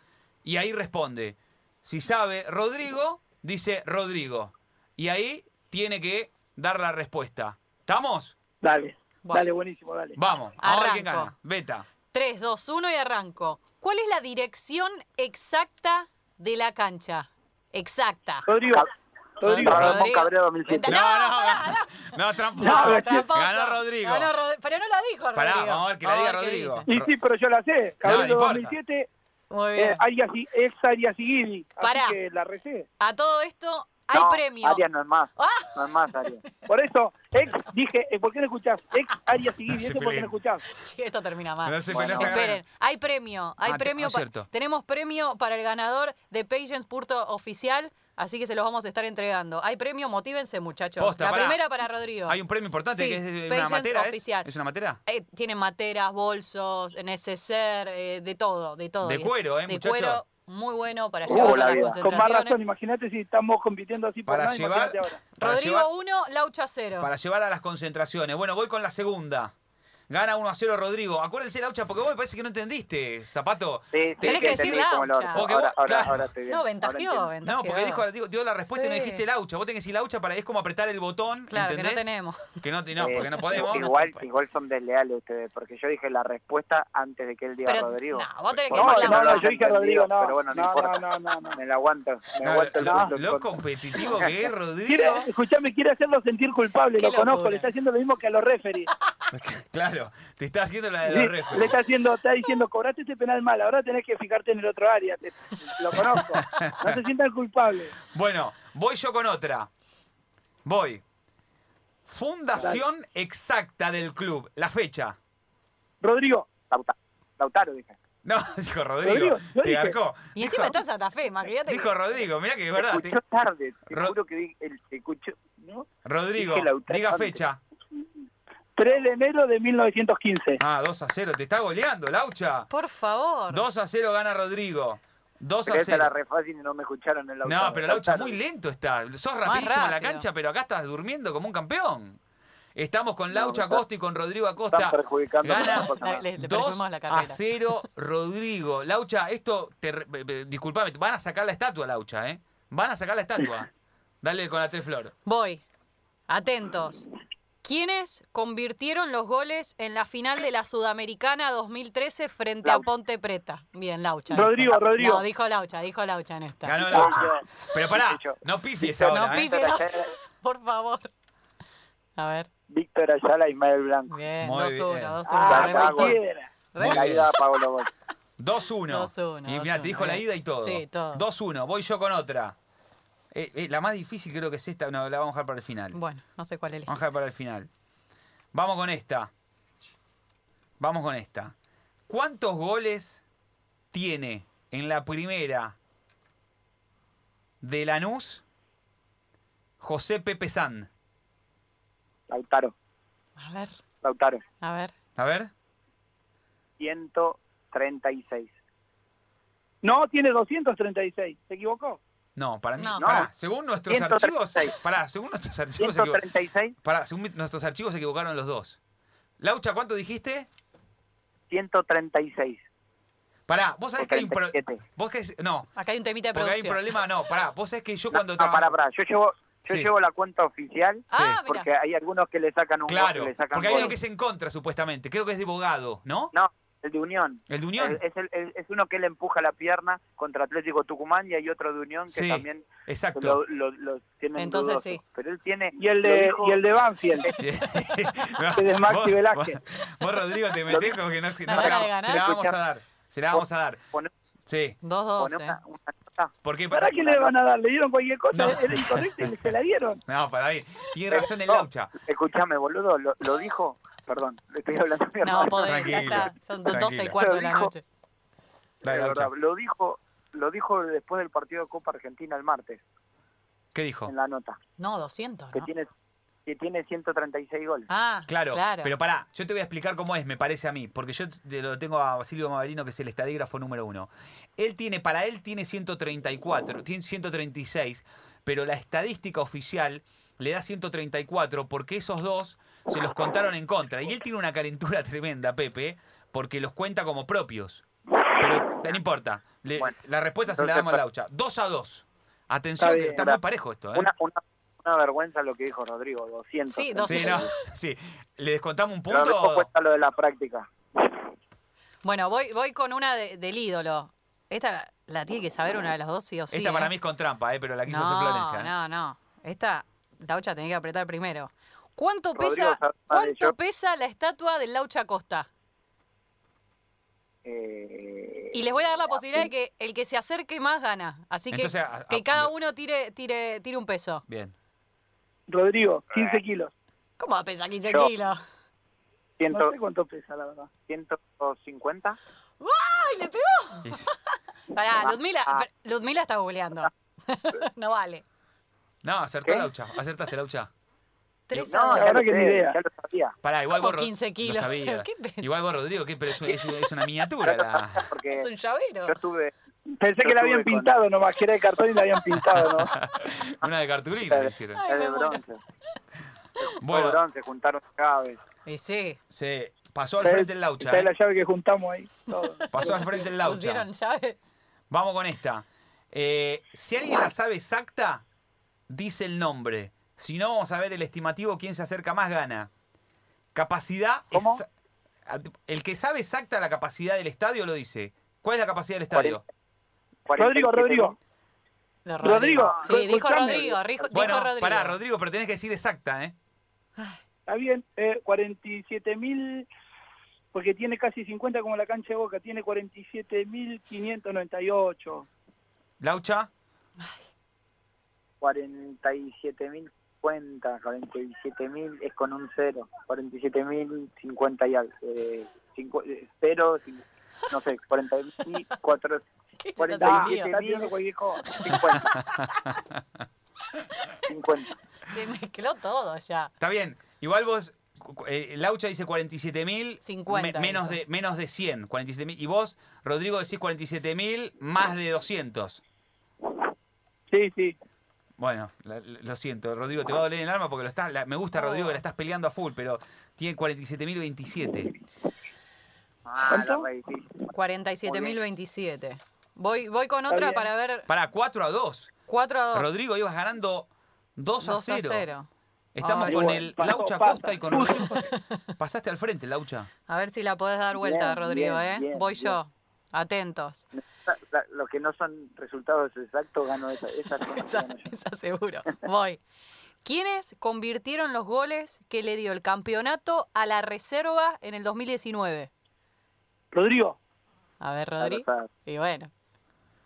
Speaker 1: Y ahí responde. Si sabe Rodrigo, dice Rodrigo. Y ahí tiene que dar la respuesta. ¿Estamos?
Speaker 4: Dale,
Speaker 2: Bueno.
Speaker 4: dale, buenísimo, dale.
Speaker 1: Vamos. A ver quién
Speaker 2: Arranco.
Speaker 1: gana. Beta.
Speaker 2: 3, 2, 1 y arranco. ¿Cuál es la dirección exacta de la cancha? Exacta.
Speaker 4: Rodrigo, Rodrigo,
Speaker 3: Rodrigo. Ramón Cabrera, 2007.
Speaker 2: Vente-
Speaker 1: No, no,
Speaker 2: pará,
Speaker 1: no. No,
Speaker 4: No,
Speaker 1: tramposo.
Speaker 4: es
Speaker 2: tramposo.
Speaker 1: Ganó Rodrigo.
Speaker 2: Ganó Rod- pero no la dijo Rodrigo.
Speaker 1: Pará, vamos a ver que la diga
Speaker 2: qué
Speaker 1: Rodrigo.
Speaker 2: dice.
Speaker 4: Y sí, pero yo la sé. Cabrera
Speaker 1: importa.
Speaker 4: 2007,
Speaker 2: Muy bien.
Speaker 4: eh, Arias y- es Arias Siguili.
Speaker 2: Pará.
Speaker 4: Así que la recé.
Speaker 2: A todo esto hay
Speaker 3: No,
Speaker 2: premio.
Speaker 3: Arias no es más.
Speaker 2: Ah.
Speaker 3: No es más, Arias.
Speaker 4: Por eso, ex, dije, eh, ¿por qué no escuchás? Ex Arias Siguili,
Speaker 1: No se
Speaker 4: eso por qué
Speaker 1: peleen.
Speaker 4: no escuchás.
Speaker 2: Che, esto termina mal.
Speaker 1: No se
Speaker 3: Bueno,
Speaker 1: conoce a Gabriel.
Speaker 2: Esperen, hay premio, hay
Speaker 1: Ah, te-
Speaker 2: premio.
Speaker 1: ah,
Speaker 2: pa-
Speaker 1: cierto.
Speaker 2: tenemos premio para el ganador de Patience Purto Oficial, así que se los vamos a estar entregando. Hay premio, motívense muchachos.
Speaker 1: Posta,
Speaker 2: la
Speaker 1: pará.
Speaker 2: primera para Rodrigo.
Speaker 1: Hay un premio importante
Speaker 2: Sí,
Speaker 1: que es eh, una
Speaker 2: Patience
Speaker 1: matera. ¿es?
Speaker 2: oficial.
Speaker 1: ¿Es una matera?
Speaker 2: Eh, tienen materas, bolsos, neceser, eh, de todo, de todo.
Speaker 1: De
Speaker 2: Y-
Speaker 1: cuero, ¿eh,
Speaker 2: De
Speaker 1: muchachos?
Speaker 2: cuero, muy bueno para
Speaker 3: Uh,
Speaker 2: llevar
Speaker 3: la
Speaker 2: a ¿eh? las
Speaker 3: vida.
Speaker 4: Con más razón,
Speaker 2: concentraciones.
Speaker 4: imagínate si estamos compitiendo así por
Speaker 1: Para
Speaker 4: nada,
Speaker 1: llevar,
Speaker 4: imagínate ahora.
Speaker 1: para,
Speaker 2: Rodrigo
Speaker 1: llevar,
Speaker 2: 1, Laucha 0.
Speaker 1: para llevar a las concentraciones. Bueno, voy con la segunda. Gana 1 a 0 Rodrigo. Acuérdense, Laucha, porque vos me parece que no entendiste, Zapato.
Speaker 3: Sí, sí,
Speaker 1: Tenés
Speaker 3: sí,
Speaker 1: que
Speaker 3: entendí
Speaker 2: decir
Speaker 3: cómo lo
Speaker 2: Laucha.
Speaker 3: ahora,
Speaker 1: Porque
Speaker 3: ahora,
Speaker 1: vos-
Speaker 3: ahora,
Speaker 1: claora.
Speaker 3: ahora estoy bien.
Speaker 2: No, eh.
Speaker 3: Ahora
Speaker 2: ventajeó,
Speaker 3: entiendo.
Speaker 2: ventajeó.
Speaker 1: No, porque dijo, digo, dio la respuesta y no
Speaker 2: Sí.
Speaker 1: dijiste Laucha. Vos tenés que decir Laucha para es como apretar el botón.
Speaker 2: Claro, que no
Speaker 1: ¿entendés?
Speaker 2: tenemos.
Speaker 1: Que no, te- no,
Speaker 3: Eh,
Speaker 1: porque no podemos.
Speaker 3: Igual, igual son desleales ustedes, porque yo dije la respuesta antes de que él diga
Speaker 2: Pero,
Speaker 3: Rodrigo.
Speaker 2: no, vos tenés que
Speaker 3: Por
Speaker 2: decir
Speaker 3: favor,
Speaker 2: la
Speaker 3: no,
Speaker 2: verdad.
Speaker 3: no, yo dije Rodrigo, no. Pero bueno, no,
Speaker 4: no,
Speaker 3: importa.
Speaker 4: no, no, no.
Speaker 3: Me la aguanto. Me
Speaker 1: No,
Speaker 3: aguanto el
Speaker 1: lo,
Speaker 3: punto.
Speaker 1: lo competitivo que es
Speaker 4: Quiere,
Speaker 1: Rodrigo.
Speaker 4: escuchame, quiere hacerlo sentir culpable,
Speaker 2: Qué
Speaker 4: lo conozco,
Speaker 2: locura.
Speaker 4: le está haciendo lo mismo que a los referees.
Speaker 1: claro, te está haciendo la de
Speaker 4: Sí,
Speaker 1: los
Speaker 4: le
Speaker 1: refes.
Speaker 4: está haciendo, está diciendo, cobraste este penal mal, ahora tenés que fijarte en el otro área, te- lo conozco. No se sientan culpables.
Speaker 1: Bueno, voy yo con otra. Voy. Fundación exacta del club. La fecha.
Speaker 4: Rodrigo,
Speaker 3: Lauta- Lautaro, dije.
Speaker 1: No, dijo Rodrigo.
Speaker 4: Rodrigo, yo
Speaker 1: te
Speaker 4: dije.
Speaker 1: arcó.
Speaker 2: Y
Speaker 1: dijo,
Speaker 2: encima está en Santa Fe, imagínate.
Speaker 1: dijo Rodrigo, mirá que es verdad. te-
Speaker 3: Escuchó tarde, te
Speaker 1: Ro-
Speaker 3: juro que di- el, escuchó, ¿no?
Speaker 1: Rodrigo,
Speaker 3: dije Lautaro
Speaker 1: diga
Speaker 3: antes.
Speaker 1: fecha.
Speaker 4: 3 de enero de 1915.
Speaker 1: Ah, 2 a 0. Te está goleando, Laucha.
Speaker 2: Por favor.
Speaker 1: 2 a 0 gana Rodrigo. 2
Speaker 3: Pero
Speaker 1: a
Speaker 3: esa era
Speaker 1: 0.
Speaker 3: re fácil y no me escucharon en Lautaro.
Speaker 1: No, pero Laucha
Speaker 3: Lautaro.
Speaker 1: muy lento está. Sos rapidísimo en la
Speaker 2: rápido.
Speaker 1: cancha, pero acá estás durmiendo como un campeón. Estamos con
Speaker 3: No,
Speaker 1: Laucha
Speaker 3: me está-
Speaker 1: Acosta y con Rodrigo Acosta.
Speaker 3: Están perjudicando.
Speaker 1: Gana
Speaker 3: no pasa nada.
Speaker 2: La- Eh, le- le
Speaker 1: 2
Speaker 2: perfumamos la
Speaker 1: a
Speaker 2: carrera.
Speaker 1: 0 Rodrigo. Laucha, esto, te, re- pe- pe- disculpame, van a sacar la estatua, Laucha, ¿eh? Van a sacar la estatua. Dale con la tres flor.
Speaker 2: Voy. Atentos. ¿Quiénes convirtieron los goles en la final de la Sudamericana 2013 frente a
Speaker 3: Laucha.
Speaker 2: Ponte Preta? Bien, Laucha.
Speaker 4: Rodrigo,
Speaker 2: dijo.
Speaker 4: Rodrigo.
Speaker 2: No, dijo Laucha, dijo Laucha en esta.
Speaker 1: Ganó Laucha.
Speaker 3: Obvio.
Speaker 1: Pero pará,
Speaker 3: Dicho.
Speaker 1: no pifies
Speaker 3: Dicho,
Speaker 1: ahora,
Speaker 2: no
Speaker 1: ¿eh?
Speaker 2: pifies,
Speaker 3: Pero
Speaker 2: Laucha.
Speaker 3: ya-
Speaker 2: Por favor. A ver.
Speaker 3: Víctor Ayala y Mael Blanco.
Speaker 2: Bien,
Speaker 1: Muy
Speaker 2: 2-1,
Speaker 1: bien.
Speaker 2: 2-1.
Speaker 4: Ah,
Speaker 3: Re
Speaker 4: cualquiera.
Speaker 1: Muy
Speaker 3: La
Speaker 1: bien.
Speaker 3: ida apagó los goles.
Speaker 1: 2-1.
Speaker 2: 2-1,
Speaker 1: Y mirá,
Speaker 2: 2-1,
Speaker 1: te dijo la
Speaker 2: bien.
Speaker 1: ida y todo.
Speaker 2: Eh, Sí, todo.
Speaker 1: 2-1. Voy yo con otra. Eh, eh, la más difícil creo que es esta. No, la vamos a dejar para el final.
Speaker 2: Bueno, no sé cuál elegí.
Speaker 1: Vamos a dejar para el final. Vamos con esta. Vamos con esta. ¿Cuántos goles tiene en la primera de Lanús José Pepe San?
Speaker 3: Lautaro,
Speaker 1: Ah.
Speaker 2: A ver,
Speaker 3: Lautaro.
Speaker 2: a ver.
Speaker 1: A ver.
Speaker 3: 136.
Speaker 4: No, tiene 236, se equivocó.
Speaker 1: No, para mí.
Speaker 2: No.
Speaker 1: Pará,
Speaker 3: No.
Speaker 1: según nuestros
Speaker 3: 136.
Speaker 1: archivos. Pará, según nuestros archivos se equivo-
Speaker 3: 136,
Speaker 1: Pará, según mi- nuestros archivos se equivocaron los dos. Laucha, ¿cuánto dijiste?
Speaker 3: 136.
Speaker 1: Pará, vos sabés
Speaker 3: O
Speaker 1: que hay un pro-
Speaker 3: 37.
Speaker 1: Vos que es- No,
Speaker 2: Acá hay un temita de
Speaker 1: porque hay
Speaker 2: producción.
Speaker 1: un problema. No, pará, vos sabés que yo
Speaker 3: No,
Speaker 1: cuando
Speaker 3: no,
Speaker 1: traba-
Speaker 3: pará, pará. Yo llevo, Yo
Speaker 1: Sí.
Speaker 3: llevo la cuenta oficial
Speaker 2: Ah, mira.
Speaker 3: porque hay algunos que le sacan un
Speaker 1: Claro,
Speaker 3: gol, que le sacan
Speaker 1: porque hay
Speaker 3: gol.
Speaker 1: uno que es en contra, supuestamente. Creo que es de Bogado, ¿no?
Speaker 3: No, el de Unión.
Speaker 1: ¿El de Unión?
Speaker 3: Es, es el- el- es uno que le empuja la pierna contra Atlético Tucumán y hay otro de Unión que
Speaker 1: Sí,
Speaker 3: también
Speaker 1: exacto.
Speaker 3: lo, lo, lo tienen
Speaker 2: Entonces
Speaker 3: dudoso.
Speaker 2: sí.
Speaker 3: Pero él tiene...
Speaker 4: Y el
Speaker 3: lo
Speaker 4: de,
Speaker 3: dijo-
Speaker 4: y el de Banfield. Ese es Maxi
Speaker 1: Vos-
Speaker 4: Velázquez.
Speaker 1: Vos, Rodrigo, te metés con que no, no se, la,
Speaker 2: van a
Speaker 1: se la
Speaker 2: ganar.
Speaker 1: vamos a dar. Se la vamos a dar.
Speaker 3: Poner,
Speaker 1: Sí.
Speaker 2: Dos, dos.
Speaker 3: poner
Speaker 2: eh.
Speaker 3: una, una nota.
Speaker 1: Porque
Speaker 4: ¿Para qué le van a dar? Le dieron cualquier cosa,
Speaker 1: No.
Speaker 4: era incorrecto y se la dieron.
Speaker 1: No, para mí. Tiene razón el
Speaker 3: No,
Speaker 1: Laucha.
Speaker 3: Escuchame, boludo, lo, lo dijo... Perdón, le estoy hablando a
Speaker 2: No,
Speaker 3: mi hermano.
Speaker 2: podés, ya
Speaker 1: Tranquilo,
Speaker 2: está. Son do- 12 y
Speaker 1: tranquilo.
Speaker 2: cuarto de la
Speaker 3: Pero dijo-
Speaker 2: noche.
Speaker 1: Dale,
Speaker 3: De
Speaker 1: Laucha.
Speaker 3: verdad, lo dijo lo dijo después del partido de Copa Argentina el martes
Speaker 1: ¿Qué dijo?
Speaker 3: en la nota
Speaker 2: No, 200,
Speaker 1: Ah.
Speaker 3: que
Speaker 2: ¿no?
Speaker 3: tiene que tiene 136 goles
Speaker 2: Ah,
Speaker 1: Claro, pero pará, yo te voy a explicar cómo es, me parece a mí, porque yo te lo tengo a Silvio Maverino, que es el estadígrafo número uno. Él tiene, para él tiene 134, tiene 136, pero la estadística oficial le da 134 porque esos dos se los contaron en contra. Y él tiene una calentura tremenda, Pepe, porque los cuenta como propios. Pero no importa, le-
Speaker 3: Bueno,
Speaker 1: la respuesta se la
Speaker 3: entonces,
Speaker 1: damos a
Speaker 3: pa-
Speaker 1: Laucha. 2 a 2. Atención,
Speaker 4: Está
Speaker 1: que
Speaker 4: bien,
Speaker 1: está
Speaker 3: ahora,
Speaker 1: muy parejo esto. ¿eh?
Speaker 3: una, una, una vergüenza lo que dijo Rodrigo 200
Speaker 2: Sí, dos-
Speaker 1: Sí, no, sí. ¿Le descontamos un
Speaker 3: pero después
Speaker 1: punto?
Speaker 3: cuenta lo de la práctica
Speaker 2: Bueno, voy, voy con una de- del ídolo. Esta la, la tiene que saber una de las dos, sí o sí.
Speaker 1: Esta para
Speaker 2: ¿eh?
Speaker 1: mí es con trampa, eh, pero la quiso
Speaker 2: no,
Speaker 1: hacer Florencia. ¿eh?
Speaker 2: No, no. Esta, Laucha tenía que apretar primero. ¿Cuánto
Speaker 3: Rodrigo
Speaker 2: pesa,
Speaker 3: Santana,
Speaker 2: ¿cuánto
Speaker 3: yo-
Speaker 2: pesa la estatua del Laucha Costa?
Speaker 3: eh,
Speaker 2: Y les voy a dar la posibilidad de que el que se acerque más gana. Así que
Speaker 1: Entonces, a- a-
Speaker 2: que cada uno tire, tire, tire un peso.
Speaker 1: Bien.
Speaker 4: Rodrigo,
Speaker 3: Eh.
Speaker 4: 15 kilos.
Speaker 2: ¿Cómo va a pesar 15
Speaker 3: Yo.
Speaker 2: kilos?
Speaker 4: No
Speaker 3: 100,
Speaker 4: sé cuánto pesa, la verdad.
Speaker 3: 150
Speaker 2: ¡Ay, le pegó!
Speaker 1: Y-
Speaker 2: Pará, Ludmila,
Speaker 3: Ah.
Speaker 2: per- Ludmila está googleando. no vale.
Speaker 1: No, acertó
Speaker 3: ¿Qué?
Speaker 1: Laucha. Acertaste Laucha.
Speaker 2: Tres
Speaker 3: no
Speaker 2: a
Speaker 4: la
Speaker 2: dos.
Speaker 3: ya
Speaker 4: verdad
Speaker 3: lo,
Speaker 4: que ni
Speaker 3: sé,
Speaker 4: idea.
Speaker 3: ya lo sabía
Speaker 1: Pará, igual
Speaker 2: Como
Speaker 1: vos. Ro-
Speaker 2: 15 kilos.
Speaker 1: Lo sabía.
Speaker 2: ¿Qué pensás?
Speaker 1: Igual vos, Rodrigo, que pero es, es- es una miniatura la.
Speaker 3: porque
Speaker 2: Es un llavero.
Speaker 3: yo estuve
Speaker 4: Pensé
Speaker 3: Yo
Speaker 4: que
Speaker 3: estuve
Speaker 4: la habían
Speaker 3: con-
Speaker 4: pintado nomás, que era de cartón y la habían pintado, ¿no?
Speaker 1: Una de cartulina le hicieron.
Speaker 2: Ay,
Speaker 3: es
Speaker 2: me
Speaker 3: de
Speaker 2: muero.
Speaker 3: bronce de
Speaker 1: Bueno,
Speaker 3: bronce juntaron llaves
Speaker 2: Y sí,
Speaker 1: se pasó al frente el Laucha.
Speaker 4: Esa
Speaker 1: eh.
Speaker 4: es la llave que juntamos ahí. todo.
Speaker 1: Pasó al frente el Laucha.
Speaker 2: pusieron llaves.
Speaker 1: Vamos con esta. Eh, si alguien la sabe exacta, dice el nombre. Si no, vamos a ver el estimativo quién se acerca más gana. Capacidad.
Speaker 3: ¿Cómo?
Speaker 1: exa- ah, El que sabe exacta la capacidad del estadio lo dice. ¿Cuál es la capacidad del estadio?
Speaker 3: 47
Speaker 4: Rodrigo, Rodrigo.
Speaker 2: De
Speaker 4: Rodrigo,
Speaker 2: Sí, dijo
Speaker 4: escuchame.
Speaker 2: Rodrigo. rijo-
Speaker 1: Bueno,
Speaker 2: dijo Rodrigo.
Speaker 1: pará, Rodrigo, pero tenés que decir exacta, ¿eh?
Speaker 4: Está bien, eh, 47 mil, porque tiene casi 50 como la cancha de Boca, tiene 47 mil 598.
Speaker 1: Laucha,
Speaker 3: 47.050, 47.000 es con un cero, 47.050 y algo, eh, cincu- eh, cero, cin- no sé, 44,
Speaker 2: ¿Qué te estás
Speaker 4: Ah,
Speaker 2: haciendo?
Speaker 4: está tirando cualquier cosa.
Speaker 3: 50. 50.
Speaker 2: Se mezcló todo ya.
Speaker 1: está bien. Igual vos, cu- cu- eh, Laucha dice 47.000
Speaker 2: 50
Speaker 1: menos,
Speaker 2: dijo.
Speaker 1: de, menos de 100. 47.000. Y vos, Rodrigo, decís 47.000 más de 200.
Speaker 4: Sí, sí.
Speaker 1: Bueno, la- la- lo siento, Rodrigo, te va a doler el alma porque lo estás, la- me gusta, Rodrigo, que la estás peleando a full, pero tiene 47.027.
Speaker 3: Ah, la
Speaker 4: ¿Cuánto?
Speaker 3: re difícil.
Speaker 2: 47.027. Voy, voy con
Speaker 4: Está
Speaker 2: otra
Speaker 4: bien.
Speaker 2: para ver
Speaker 1: Para 4 a 2.
Speaker 2: 4 a 2.
Speaker 1: Rodrigo, ibas ganando 2 a 0. Estamos
Speaker 2: Ay,
Speaker 1: con
Speaker 4: bueno,
Speaker 1: el
Speaker 4: pasó,
Speaker 1: Laucha
Speaker 4: pasa.
Speaker 1: Costa y con Rodrigo. Costa. Pasaste al frente, Laucha.
Speaker 2: A ver si la podés dar vuelta,
Speaker 3: Bien,
Speaker 2: Rodrigo,
Speaker 3: bien,
Speaker 2: ¿eh?
Speaker 3: bien,
Speaker 2: voy
Speaker 3: bien.
Speaker 2: yo. Atentos.
Speaker 3: La- la- Los que no son resultados exactos gano esa. esa son-
Speaker 2: Esa,
Speaker 3: gano yo.
Speaker 2: esa seguro. Voy. ¿Quiénes convirtieron los goles que le dio el campeonato a la reserva en el 2019?
Speaker 4: Rodrigo,
Speaker 2: A ver, Rodrigo.
Speaker 3: Anotado.
Speaker 2: Y bueno.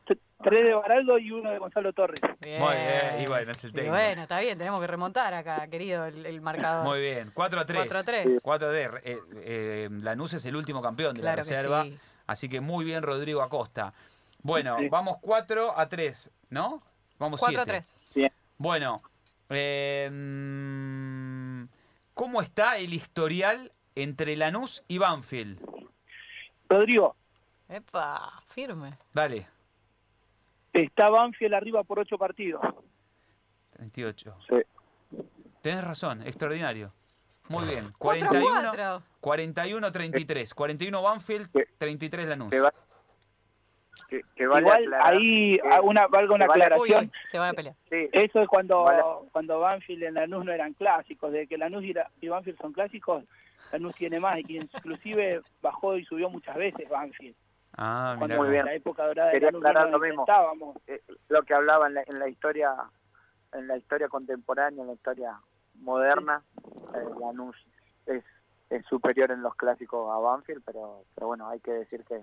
Speaker 4: t- tres de Baraldo y uno de Gonzalo Torres.
Speaker 2: Bien.
Speaker 1: Muy bien, y bueno, es el
Speaker 2: Y
Speaker 1: técnico.
Speaker 2: bueno, está bien, tenemos que remontar acá, querido, el, el marcador.
Speaker 1: Muy bien, 4 a 3.
Speaker 2: 4 Ah. a 3.
Speaker 1: 4 a 3. Eh, eh, Lanús es el último campeón de la
Speaker 2: Claro que
Speaker 1: reserva.
Speaker 2: sí.
Speaker 1: Así que muy bien, Rodrigo Acosta. Bueno,
Speaker 4: Sí.
Speaker 1: vamos 4 a 3, ¿no? Vamos
Speaker 2: 4 a
Speaker 1: 7.
Speaker 2: 3.
Speaker 3: Bien.
Speaker 1: Bueno, eh, ¿cómo está el historial entre Lanús y Banfield?
Speaker 4: Rodrigo,
Speaker 2: Epa, firme.
Speaker 1: Dale,
Speaker 4: está Banfield arriba por ocho partidos.
Speaker 1: 38.
Speaker 3: Sí.
Speaker 1: Tenés razón, extraordinario. Muy bien.
Speaker 2: Cuatro a
Speaker 1: 41,
Speaker 2: cuatro.
Speaker 1: 41 33. 41 Banfield,
Speaker 3: Se-
Speaker 1: 33 Lanús.
Speaker 3: Se va, que, que vale
Speaker 4: Igual
Speaker 3: aclarar
Speaker 4: ahí
Speaker 3: que-
Speaker 4: a- una, valga una
Speaker 3: que vale-
Speaker 2: Uy,
Speaker 4: aclaración.
Speaker 2: uy, se van a pelear.
Speaker 3: sí,
Speaker 4: Eso es cuando,
Speaker 3: Vale.
Speaker 4: cuando Banfield en Lanús no eran clásicos. Desde que Lanús y, la- y Banfield son clásicos, Lanús tiene más. Y inclusive bajó y subió muchas veces Banfield.
Speaker 1: Ah,
Speaker 4: Cuando
Speaker 1: mira.
Speaker 3: Muy bien.
Speaker 4: en la época dorada
Speaker 3: Quería
Speaker 4: de Lanús no
Speaker 3: aclarar
Speaker 4: nos
Speaker 3: lo mismo.
Speaker 4: enfrentábamos.
Speaker 3: eh, lo que hablaba en la, en la historia en la historia contemporánea en la historia moderna eh, Lanús es, es superior en los clásicos a Banfield pero pero bueno hay que decir que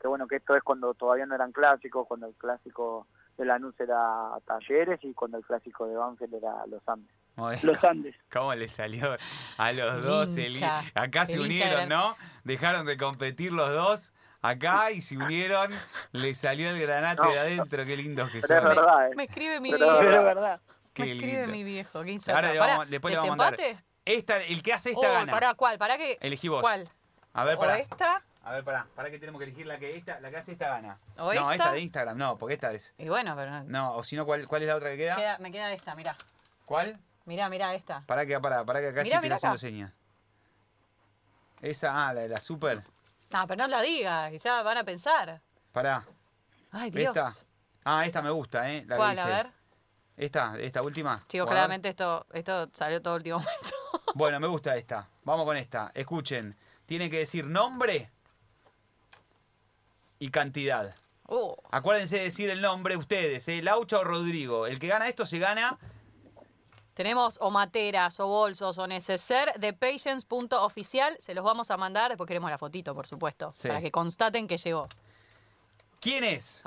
Speaker 3: que bueno que esto es cuando todavía no eran clásicos cuando el clásico de Lanús era Talleres y cuando el clásico de Banfield era Los Andes
Speaker 1: Muy bien.
Speaker 4: Los Andes.
Speaker 1: ¿Cómo le salió a los
Speaker 2: El
Speaker 1: dos? el
Speaker 2: hincha,
Speaker 1: hi- acá se
Speaker 2: el hincha
Speaker 1: unieron,
Speaker 2: grande.
Speaker 1: ¿no? Dejaron de competir los dos acá y se unieron. Le salió el granate
Speaker 3: No.
Speaker 1: de adentro. Qué lindos que
Speaker 3: pero es
Speaker 1: son.
Speaker 3: verdad eh.
Speaker 2: Me escribe mi
Speaker 3: Pero-
Speaker 4: Pero es
Speaker 2: viejo.
Speaker 4: verdad.
Speaker 1: Qué
Speaker 2: Me escribe
Speaker 1: lindo.
Speaker 2: mi viejo. Qué
Speaker 1: Ahora
Speaker 2: insatisfactorio.
Speaker 1: le vamos-
Speaker 2: Pará,
Speaker 1: después le vamos a mandar.
Speaker 2: ¿desempate?
Speaker 1: Esta, el que hace esta
Speaker 2: Oh,
Speaker 1: gana.
Speaker 2: pará, ¿cuál? ¿Para qué?
Speaker 1: Elegí vos.
Speaker 2: ¿Cuál?
Speaker 1: A ver,
Speaker 2: ¿O
Speaker 1: pará.
Speaker 2: esta?
Speaker 1: A ver, pará. Pará que tenemos que elegir la que esta, la que hace esta gana. no,
Speaker 2: ¿O esta?
Speaker 1: esta de Instagram, no, porque esta es.
Speaker 2: Y bueno, pero no-
Speaker 1: No, o si no, ¿cuál, ¿cuál es la otra que queda?
Speaker 2: queda- me queda esta, mirá.
Speaker 1: ¿Cuál?
Speaker 2: Mirá, mirá esta.
Speaker 1: Pará que, pará, pará que acá
Speaker 2: Mirá,
Speaker 1: Chipi está
Speaker 2: mirá
Speaker 1: haciendo señas.
Speaker 2: acá.
Speaker 1: Esa, ah, la de la super.
Speaker 2: No, pero no la diga, que ya van a pensar.
Speaker 1: Pará.
Speaker 2: Ay, Dios.
Speaker 1: Esta. Ah, esta me gusta, ¿eh? La que
Speaker 2: ¿Cuál? A
Speaker 1: dice.
Speaker 2: ver.
Speaker 1: Esta, esta última.
Speaker 2: Chicos,
Speaker 1: Guardar.
Speaker 2: claramente esto, esto salió todo último momento.
Speaker 1: Bueno, me gusta esta. Vamos con esta. Escuchen. Tienen que decir nombre y cantidad.
Speaker 2: Uh,
Speaker 1: Acuérdense de decir el nombre ustedes, ¿eh? Laucha o Rodrigo. El que gana esto se gana.
Speaker 2: tenemos o materas, o bolsos, o neceser de patience.oficial. Se los vamos a mandar, después queremos la fotito, por supuesto,
Speaker 1: Sí.
Speaker 2: para que constaten que llegó.
Speaker 1: ¿Quién es?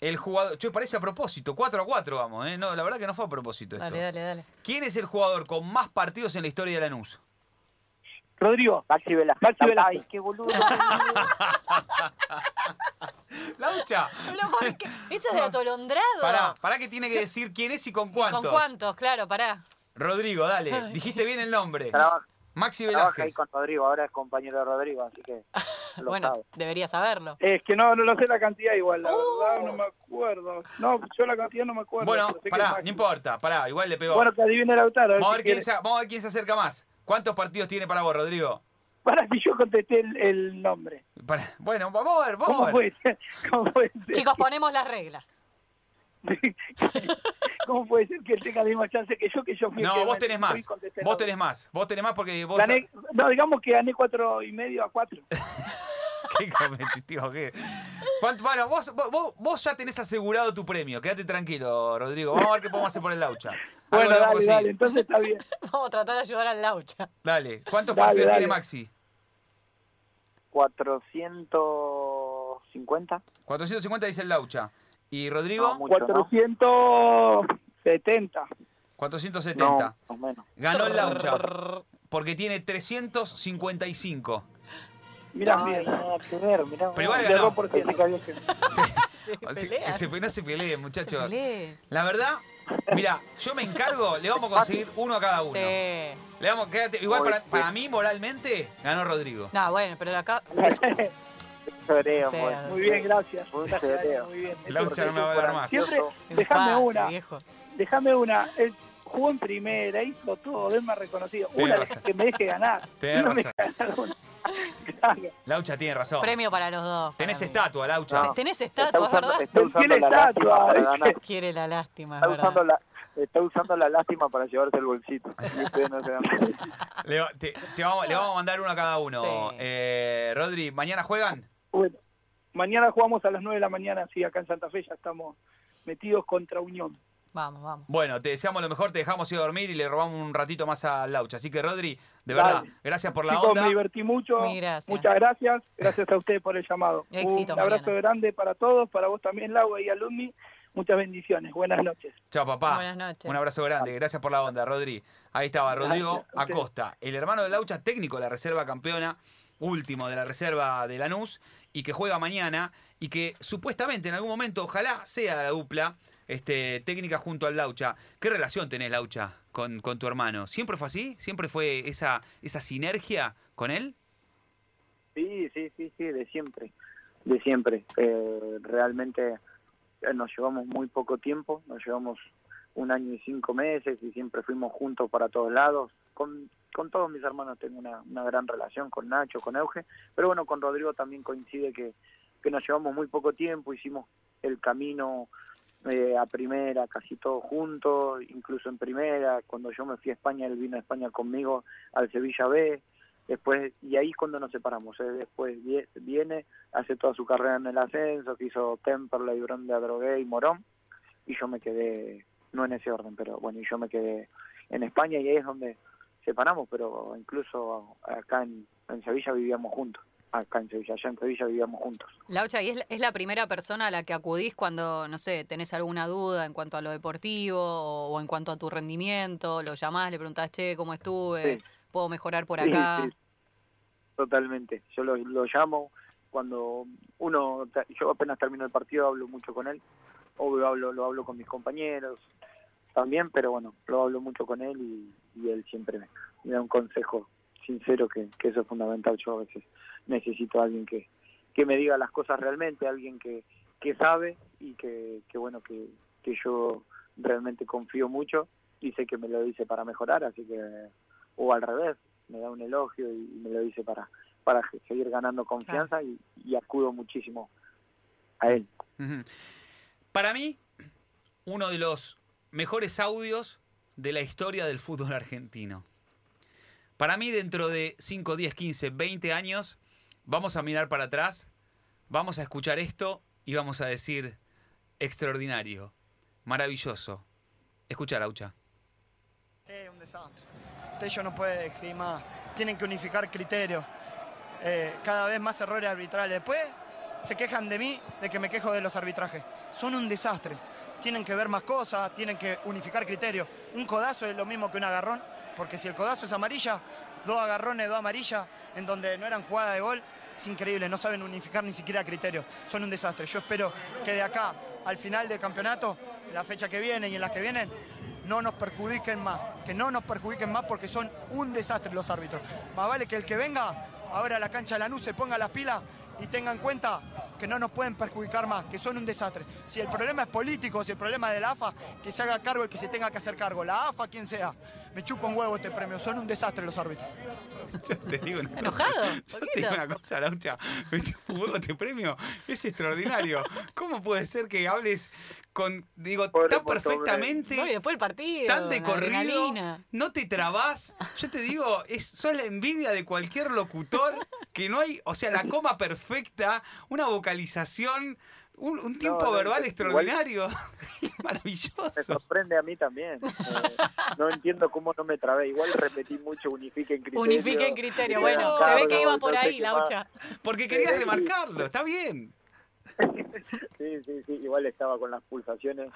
Speaker 1: El jugador. Che, parece a propósito. 4 a 4, vamos, ¿eh? No, la verdad que no fue a propósito esto.
Speaker 2: Dale, dale, dale.
Speaker 1: ¿Quién es el jugador con más partidos en la historia de Lanús?
Speaker 4: Rodrigo,
Speaker 3: Maxi Velasco
Speaker 4: Maxi Velasco.
Speaker 3: ay qué boludo
Speaker 1: ¡Laucha!
Speaker 2: Pero, ¿por qué? Eso es de atolondrado.
Speaker 1: Pará, pará que tiene que decir quién es y con cuántos.
Speaker 2: ¿Con cuántos? Claro, pará.
Speaker 1: Rodrigo, dale. Dijiste bien el nombre.
Speaker 3: trabaja,
Speaker 1: Maxi
Speaker 3: trabaja ahí
Speaker 1: Velázquez.
Speaker 3: con Rodrigo ahora es compañero de Rodrigo así que lo
Speaker 2: bueno,
Speaker 3: sabe.
Speaker 2: debería saberlo.
Speaker 4: Es que no, no lo sé la cantidad igual, la
Speaker 2: Uh.
Speaker 4: verdad, no me acuerdo. No, yo la cantidad no me acuerdo.
Speaker 1: Bueno,
Speaker 4: pero sé que es
Speaker 1: pará,
Speaker 4: máximo.
Speaker 1: no importa. Pará, igual le pegó.
Speaker 4: Bueno, que adivine el autar.
Speaker 1: vamos, a ver quién se, vamos a ver quién se acerca más. ¿Cuántos partidos tiene para vos, Rodrigo?
Speaker 4: Para que yo contesté el, el nombre.
Speaker 1: Pará. Bueno, vamos a ver, vamos
Speaker 4: ¿Cómo
Speaker 1: a ver.
Speaker 4: puede ser? ¿Cómo puede ser?
Speaker 2: Chicos, ponemos las reglas.
Speaker 4: ¿Cómo puede ser que él tenga la misma chance que yo, que yo fui el que
Speaker 1: No, vos
Speaker 4: me-
Speaker 1: tenés más.
Speaker 4: fui y contesté el
Speaker 1: Vos
Speaker 4: nombre?
Speaker 1: tenés más. Vos tenés más porque vos.
Speaker 4: Gané- no, digamos que gané cuatro y medio a cuatro.
Speaker 1: Ah, Qué competitivo que. ¿Cuánto- Bueno, vos, vos, vos ya tenés asegurado tu premio. Quédate tranquilo, Rodrigo. Vamos a ver qué podemos hacer por el laucha. Algo
Speaker 4: Bueno,
Speaker 1: le vamos a
Speaker 4: dale,
Speaker 1: conseguir.
Speaker 4: dale, entonces está bien.
Speaker 2: Vamos a tratar de ayudar al laucha.
Speaker 1: Dale. ¿Cuántos
Speaker 4: Dale,
Speaker 1: partidos
Speaker 4: dale.
Speaker 1: tiene Maxi?
Speaker 3: 450
Speaker 1: 450 dice el laucha. ¿Y Rodrigo?
Speaker 3: No, mucho.
Speaker 4: 470.
Speaker 1: 470.
Speaker 3: no más o menos
Speaker 1: Ganó el laucha. Porque tiene 355.
Speaker 4: Mirá,
Speaker 3: Ay,
Speaker 4: mirá.
Speaker 3: nada que ver, mirá.
Speaker 1: Pero igual
Speaker 3: mirá.
Speaker 1: ganó.
Speaker 4: Cerró por
Speaker 3: Pensé que
Speaker 4: ciento.
Speaker 3: había gente.
Speaker 1: O sea,
Speaker 2: pelean.
Speaker 1: se- no se peleen, muchachos.
Speaker 2: Pelé.
Speaker 1: La verdad, mira, yo me encargo, le vamos a conseguir uno a cada uno.
Speaker 2: Sí.
Speaker 1: Le vamos, quédate, igual
Speaker 3: Muy
Speaker 1: para,
Speaker 3: bien.
Speaker 1: para mí, moralmente, ganó Rodrigo.
Speaker 2: No, bueno, pero acá.
Speaker 3: Choreo,
Speaker 2: Sí.
Speaker 3: pues.
Speaker 4: Muy bien, gracias.
Speaker 3: Muy
Speaker 4: Gracias,
Speaker 3: serio.
Speaker 4: Muy bien.
Speaker 1: Laucha no me va a dar más.
Speaker 4: Siempre,
Speaker 2: el
Speaker 4: dejame
Speaker 2: padre,
Speaker 4: una.
Speaker 2: Viejo.
Speaker 4: Déjame una. Él jugó en primera, hizo todo, es más reconocido.
Speaker 1: Tenés
Speaker 4: Una de
Speaker 1: razón.
Speaker 4: las que me deje ganar.
Speaker 1: Tenés
Speaker 4: no me
Speaker 1: razón.
Speaker 4: deja ganar una. Claro.
Speaker 1: Laucha tiene razón.
Speaker 2: Premio para los dos. para
Speaker 1: Tenés
Speaker 2: mí.
Speaker 1: estatua, Laucha.
Speaker 3: No.
Speaker 2: Tenés
Speaker 3: Está
Speaker 2: estatua, es
Speaker 3: usando,
Speaker 2: ¿verdad?
Speaker 3: está usando
Speaker 4: Tiene
Speaker 3: la lástima
Speaker 4: estatua,
Speaker 3: para
Speaker 4: ¿viste?
Speaker 3: ganar.
Speaker 2: Quiere la lástima, es
Speaker 3: Está
Speaker 2: verdad.
Speaker 3: usando, la, está usando la lástima para llevarse el bolsito. Y ustedes no se dan cuenta.
Speaker 1: Le, va- te- te vamos, le vamos a mandar uno a cada uno.
Speaker 2: Sí.
Speaker 1: Eh, Rodri, ¿mañana juegan?
Speaker 4: Bueno, mañana jugamos a las 9 de la mañana, así acá en Santa Fe ya estamos metidos contra Unión.
Speaker 2: Vamos, vamos.
Speaker 1: Bueno, te deseamos lo mejor, te dejamos ir a dormir y le robamos un ratito más a Laucha. Así que, Rodri, de
Speaker 4: Dale.
Speaker 1: verdad, gracias por la
Speaker 4: Chicos,
Speaker 1: onda.
Speaker 4: me divertí mucho.
Speaker 2: Muy gracias.
Speaker 4: Muchas gracias. Gracias a ustedes por el llamado.
Speaker 2: Éxito,
Speaker 4: Un abrazo
Speaker 2: Mariano.
Speaker 4: grande para todos, para vos también, Laura y Alumni. Muchas bendiciones. Buenas noches.
Speaker 1: Chao, papá.
Speaker 2: Buenas noches.
Speaker 1: Un abrazo grande. Gracias por la onda, Rodri. Ahí estaba, Rodrigo
Speaker 4: Gracias a ustedes.
Speaker 1: Acosta, el hermano de Laucha, técnico de la reserva campeona, último de la reserva de Lanús, y que juega mañana, y que supuestamente en algún momento, ojalá sea la dupla este, técnica junto al Laucha. ¿Qué relación tenés, Laucha, con, con tu hermano? ¿Siempre fue así? ¿Siempre fue esa, esa sinergia con él?
Speaker 3: Sí, sí, sí, sí, de siempre. De siempre. Eh, realmente eh, nos llevamos muy poco tiempo, nos llevamos un año y cinco meses y siempre fuimos juntos para todos lados. Con, con todos mis hermanos tengo una, una gran relación, con Nacho, con Euge, pero bueno, con Rodrigo también coincide que, que nos llevamos muy poco tiempo, hicimos el camino eh, a primera, casi todos juntos, incluso en primera, cuando yo me fui a España, él vino a España conmigo al Sevilla B, después, y ahí es cuando nos separamos, eh, después vie- viene, hace toda su carrera en el ascenso, que hizo Temperley, de Adrogué y Morón, y yo me quedé, no en ese orden, pero bueno, y yo me quedé en España y ahí es donde separamos, pero incluso acá en, en Sevilla vivíamos juntos, acá en Sevilla, allá en Sevilla vivíamos juntos.
Speaker 2: Laucha, ¿y es la, es la primera persona a la que acudís cuando, no sé, tenés alguna duda en cuanto a lo deportivo o, o en cuanto a tu rendimiento? ¿Lo llamás, le preguntás, che, cómo estuve?
Speaker 3: Sí.
Speaker 2: ¿Puedo mejorar por
Speaker 3: Sí,
Speaker 2: acá?
Speaker 3: sí, totalmente. Yo lo, lo llamo cuando uno, yo apenas termino el partido hablo mucho con él, obvio hablo, lo hablo con mis compañeros también, pero bueno, lo hablo mucho con él y, y él siempre me, me da un consejo sincero que, que eso es fundamental. Yo a veces necesito a alguien que, que me diga las cosas realmente, alguien que, que sabe y que, que bueno, que, que yo realmente confío mucho y sé que me lo dice para mejorar, así que o al revés, me da un elogio y, y me lo dice para, para ge- seguir ganando confianza y, y acudo muchísimo a él.
Speaker 1: Ujú. Para mí, uno de los mejores audios de la historia del fútbol argentino. Para mí, dentro de 5, 10, 15, 20 años, vamos a mirar para atrás, vamos a escuchar esto y vamos a decir, extraordinario, maravilloso. Escucha, Laucha.
Speaker 5: Es un desastre. Tello no puede escribir más. Tienen que unificar criterios. Eh, cada vez más errores arbitrales. Después se quejan de mí, de que me quejo de los arbitrajes. Son un desastre. Tienen que ver más cosas, tienen que unificar criterios. Un codazo es lo mismo que un agarrón, porque si el codazo es amarilla, dos agarrones, dos amarillas, en donde no eran jugadas de gol, es increíble. No saben unificar ni siquiera criterios. Son un desastre. Yo espero que de acá al final del campeonato, la fecha que viene y en las que vienen, no nos perjudiquen más, que no nos perjudiquen más porque son un desastre los árbitros. Más vale que el que venga ahora a la cancha de Lanús se ponga las pilas y tenga en cuenta que no nos pueden perjudicar más, que son un desastre. Si el problema es político, si el problema es de la AFA, que se haga cargo el que se tenga que hacer cargo, la AFA, quien sea. Me chupa un huevo este premio, son un desastre los árbitros.
Speaker 1: Yo te digo una cosa.
Speaker 2: ¿Enojado?
Speaker 1: Yo te
Speaker 2: Poquito.
Speaker 1: digo una cosa, Laucha. Me chupa un huevo este premio. Es extraordinario. ¿Cómo puede ser que hables con, digo,
Speaker 3: Pobre
Speaker 1: tan
Speaker 3: Montobrez.
Speaker 1: perfectamente?
Speaker 2: No, y después el partido.
Speaker 1: tan de
Speaker 2: la
Speaker 1: corrido,
Speaker 2: adrenalina.
Speaker 1: no te trabas. Yo te digo, es, sos la envidia de cualquier locutor que no hay, o sea, la coma perfecta, una vocalización, un, un tiempo
Speaker 3: no,
Speaker 1: verbal
Speaker 3: igual-
Speaker 1: extraordinario.
Speaker 3: Me
Speaker 1: Maravilloso.
Speaker 3: sorprende a mí también. Eh, no entiendo cómo no me trabé. Igual repetí mucho, unifiquen criterios.
Speaker 2: Unifiquen criterio.
Speaker 3: Eh,
Speaker 2: Bueno,
Speaker 1: No,
Speaker 2: se ve
Speaker 3: Carlos,
Speaker 2: que iba por
Speaker 3: no sé
Speaker 2: ahí,
Speaker 3: qué más.
Speaker 2: Laucha.
Speaker 1: Porque querías
Speaker 3: Sí.
Speaker 1: remarcarlo, está bien.
Speaker 3: Sí, sí, sí, igual estaba con las pulsaciones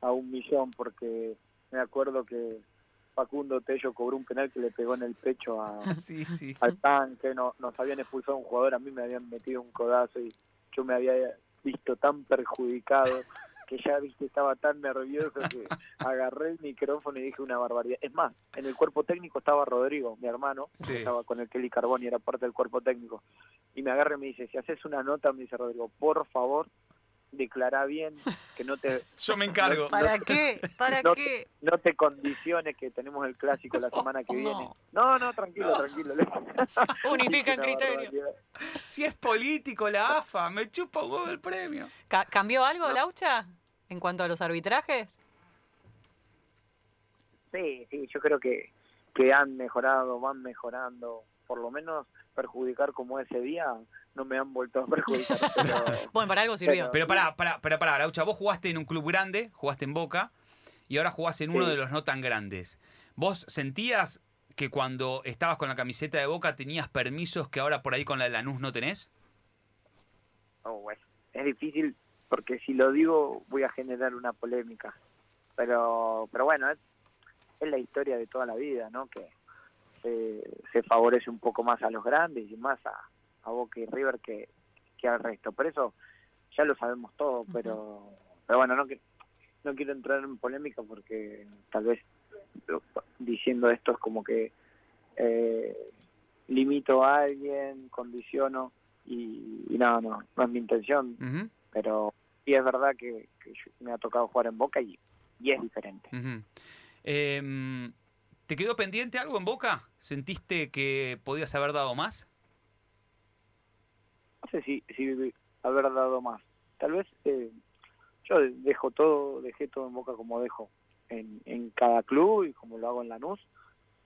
Speaker 3: a un millón porque me acuerdo que Facundo Tello cobró un penal que le pegó en el pecho a,
Speaker 1: Sí, sí.
Speaker 3: al tanque, no, nos habían expulsado un jugador, a mí me habían metido un codazo y yo me había visto tan perjudicado que ya viste estaba tan nervioso que agarré el micrófono y dije una barbaridad. Es más, en el cuerpo técnico estaba Rodrigo, mi hermano,
Speaker 1: Sí.
Speaker 3: que estaba con el Kelly Carbón y era parte del cuerpo técnico. Y me agarra y me dice, si haces una nota, me dice Rodrigo, por favor, declara bien, que no te
Speaker 1: Yo me encargo.
Speaker 2: ¿Para qué? ¿Para
Speaker 3: No.
Speaker 2: qué?
Speaker 3: no te condiciones que tenemos el clásico la semana que
Speaker 2: No.
Speaker 3: viene. No, no, tranquilo, tranquilo.
Speaker 2: Unifican
Speaker 3: Una
Speaker 2: criterio.
Speaker 3: barbaridad.
Speaker 1: Si es político la AFA, me chupa un huevo el premio.
Speaker 2: Ca- ¿Cambió algo, Laucha? En cuanto a los arbitrajes.
Speaker 3: Sí, sí, yo creo que, que han mejorado, van mejorando. Por lo menos perjudicar como ese día no me han vuelto a perjudicar. pero
Speaker 2: Bueno, para algo sirvió.
Speaker 1: Pero pará, pará, pará, pará, Laucha, vos jugaste en un club grande, jugaste en Boca, y ahora jugás en uno
Speaker 3: Sí.
Speaker 1: de los no tan grandes. ¿Vos sentías que cuando estabas con la camiseta de Boca tenías permisos que ahora por ahí con la de Lanús no tenés?
Speaker 3: oh, bueno, es difícil porque si lo digo voy a generar una polémica. Pero, pero bueno, es, es la historia de toda la vida, ¿no? Que se, se favorece un poco más a los grandes y más a, a Boca y River que, que al resto. Por eso ya lo sabemos todo, pero, pero bueno, no, que- no quiero entrar en polémica porque tal vez lo- diciendo esto es como que eh, limito a alguien, condiciono y, y no, no, no es mi intención,
Speaker 1: Ujú,
Speaker 3: pero sí es verdad que, que yo- me ha tocado jugar en Boca y, y es diferente.
Speaker 1: ujú. Em, ¿Te quedó pendiente algo en Boca? ¿Sentiste que podías haber dado más?
Speaker 3: No sé si, si haber dado más. Tal vez eh, yo dejo todo, dejé todo en boca como dejo en, en cada club y como lo hago en Lanús.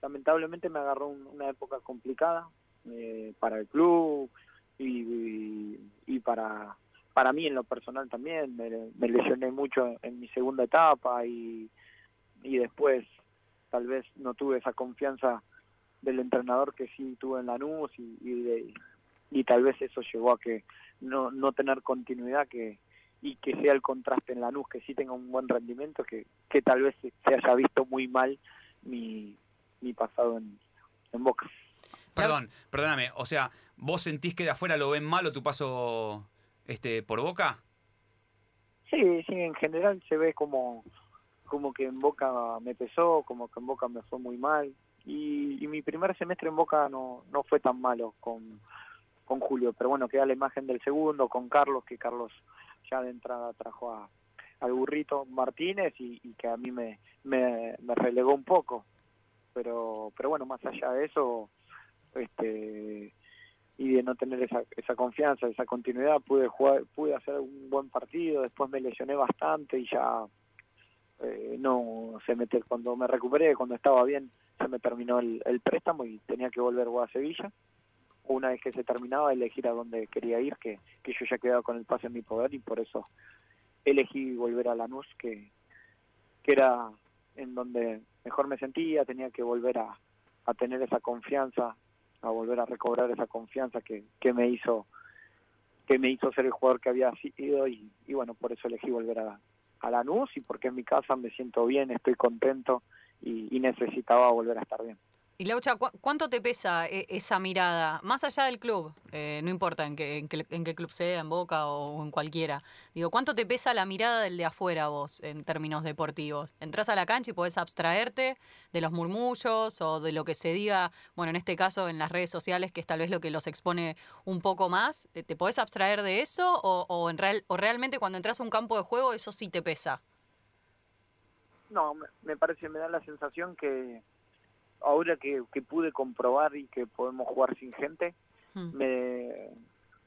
Speaker 3: Lamentablemente me agarró un- una época complicada eh, para el club y, y- y para para mí en lo personal también. Me, me lesioné mucho en mi segunda etapa y, y después tal vez no tuve esa confianza del entrenador que sí tuve en Lanús y, y, de- y tal vez eso llevó a que no, no tener continuidad que y que sea el contraste en Lanús, que sí tenga un buen rendimiento, que, que tal vez se se haya visto muy mal mi, mi pasado en, en Boca.
Speaker 1: Perdón, perdóname. O sea, ¿vos sentís que de afuera lo ven malo tu paso este por Boca?
Speaker 3: Sí, sí, en general se ve como, como que en Boca me pesó, como que en Boca me fue muy mal. Y, y mi primer semestre en Boca no, no fue tan malo con, con Julio, pero bueno, queda la imagen del segundo, con Carlos, que Carlos ya de entrada trajo a, al burrito Martínez y, y que a mí me, me, me relegó un poco. Pero, pero bueno, más allá de eso, este y de no tener esa, esa confianza, esa continuidad, pude jugar, pude hacer un buen partido, después me lesioné bastante y ya eh, no se me ter- cuando me recuperé, cuando estaba bien, se me terminó el, el préstamo y tenía que volver a Sevilla. Una vez que se terminaba elegir a dónde quería ir, que, que yo ya quedaba con el pase en mi poder y por eso elegí volver a Lanús, que, que era en donde mejor me sentía, tenía que volver a, a tener esa confianza a volver a recobrar esa confianza que, que me hizo que me hizo ser el jugador que había sido y, y bueno por eso elegí volver a, a Lanús y porque en mi casa me siento bien estoy contento y, y necesitaba volver a estar bien
Speaker 2: Y Laucha, ¿cu- ¿cuánto te pesa eh, esa mirada? Más allá del club, eh, no importa en qué, en, qué, en qué club sea, en Boca o en cualquiera. Digo, ¿cuánto te pesa la mirada del de afuera vos en términos deportivos? Entrás a la cancha y podés abstraerte de los murmullos o de lo que se diga, bueno, en este caso en las redes sociales, que es tal vez lo que los expone un poco más. Eh, ¿Te, te podés abstraer de eso o, o en real, o realmente cuando entras a un campo de juego eso sí te pesa?
Speaker 3: No, me- me parece, me da la sensación que ahora que, que pude comprobar y que podemos jugar sin gente,
Speaker 2: Mm.
Speaker 3: me,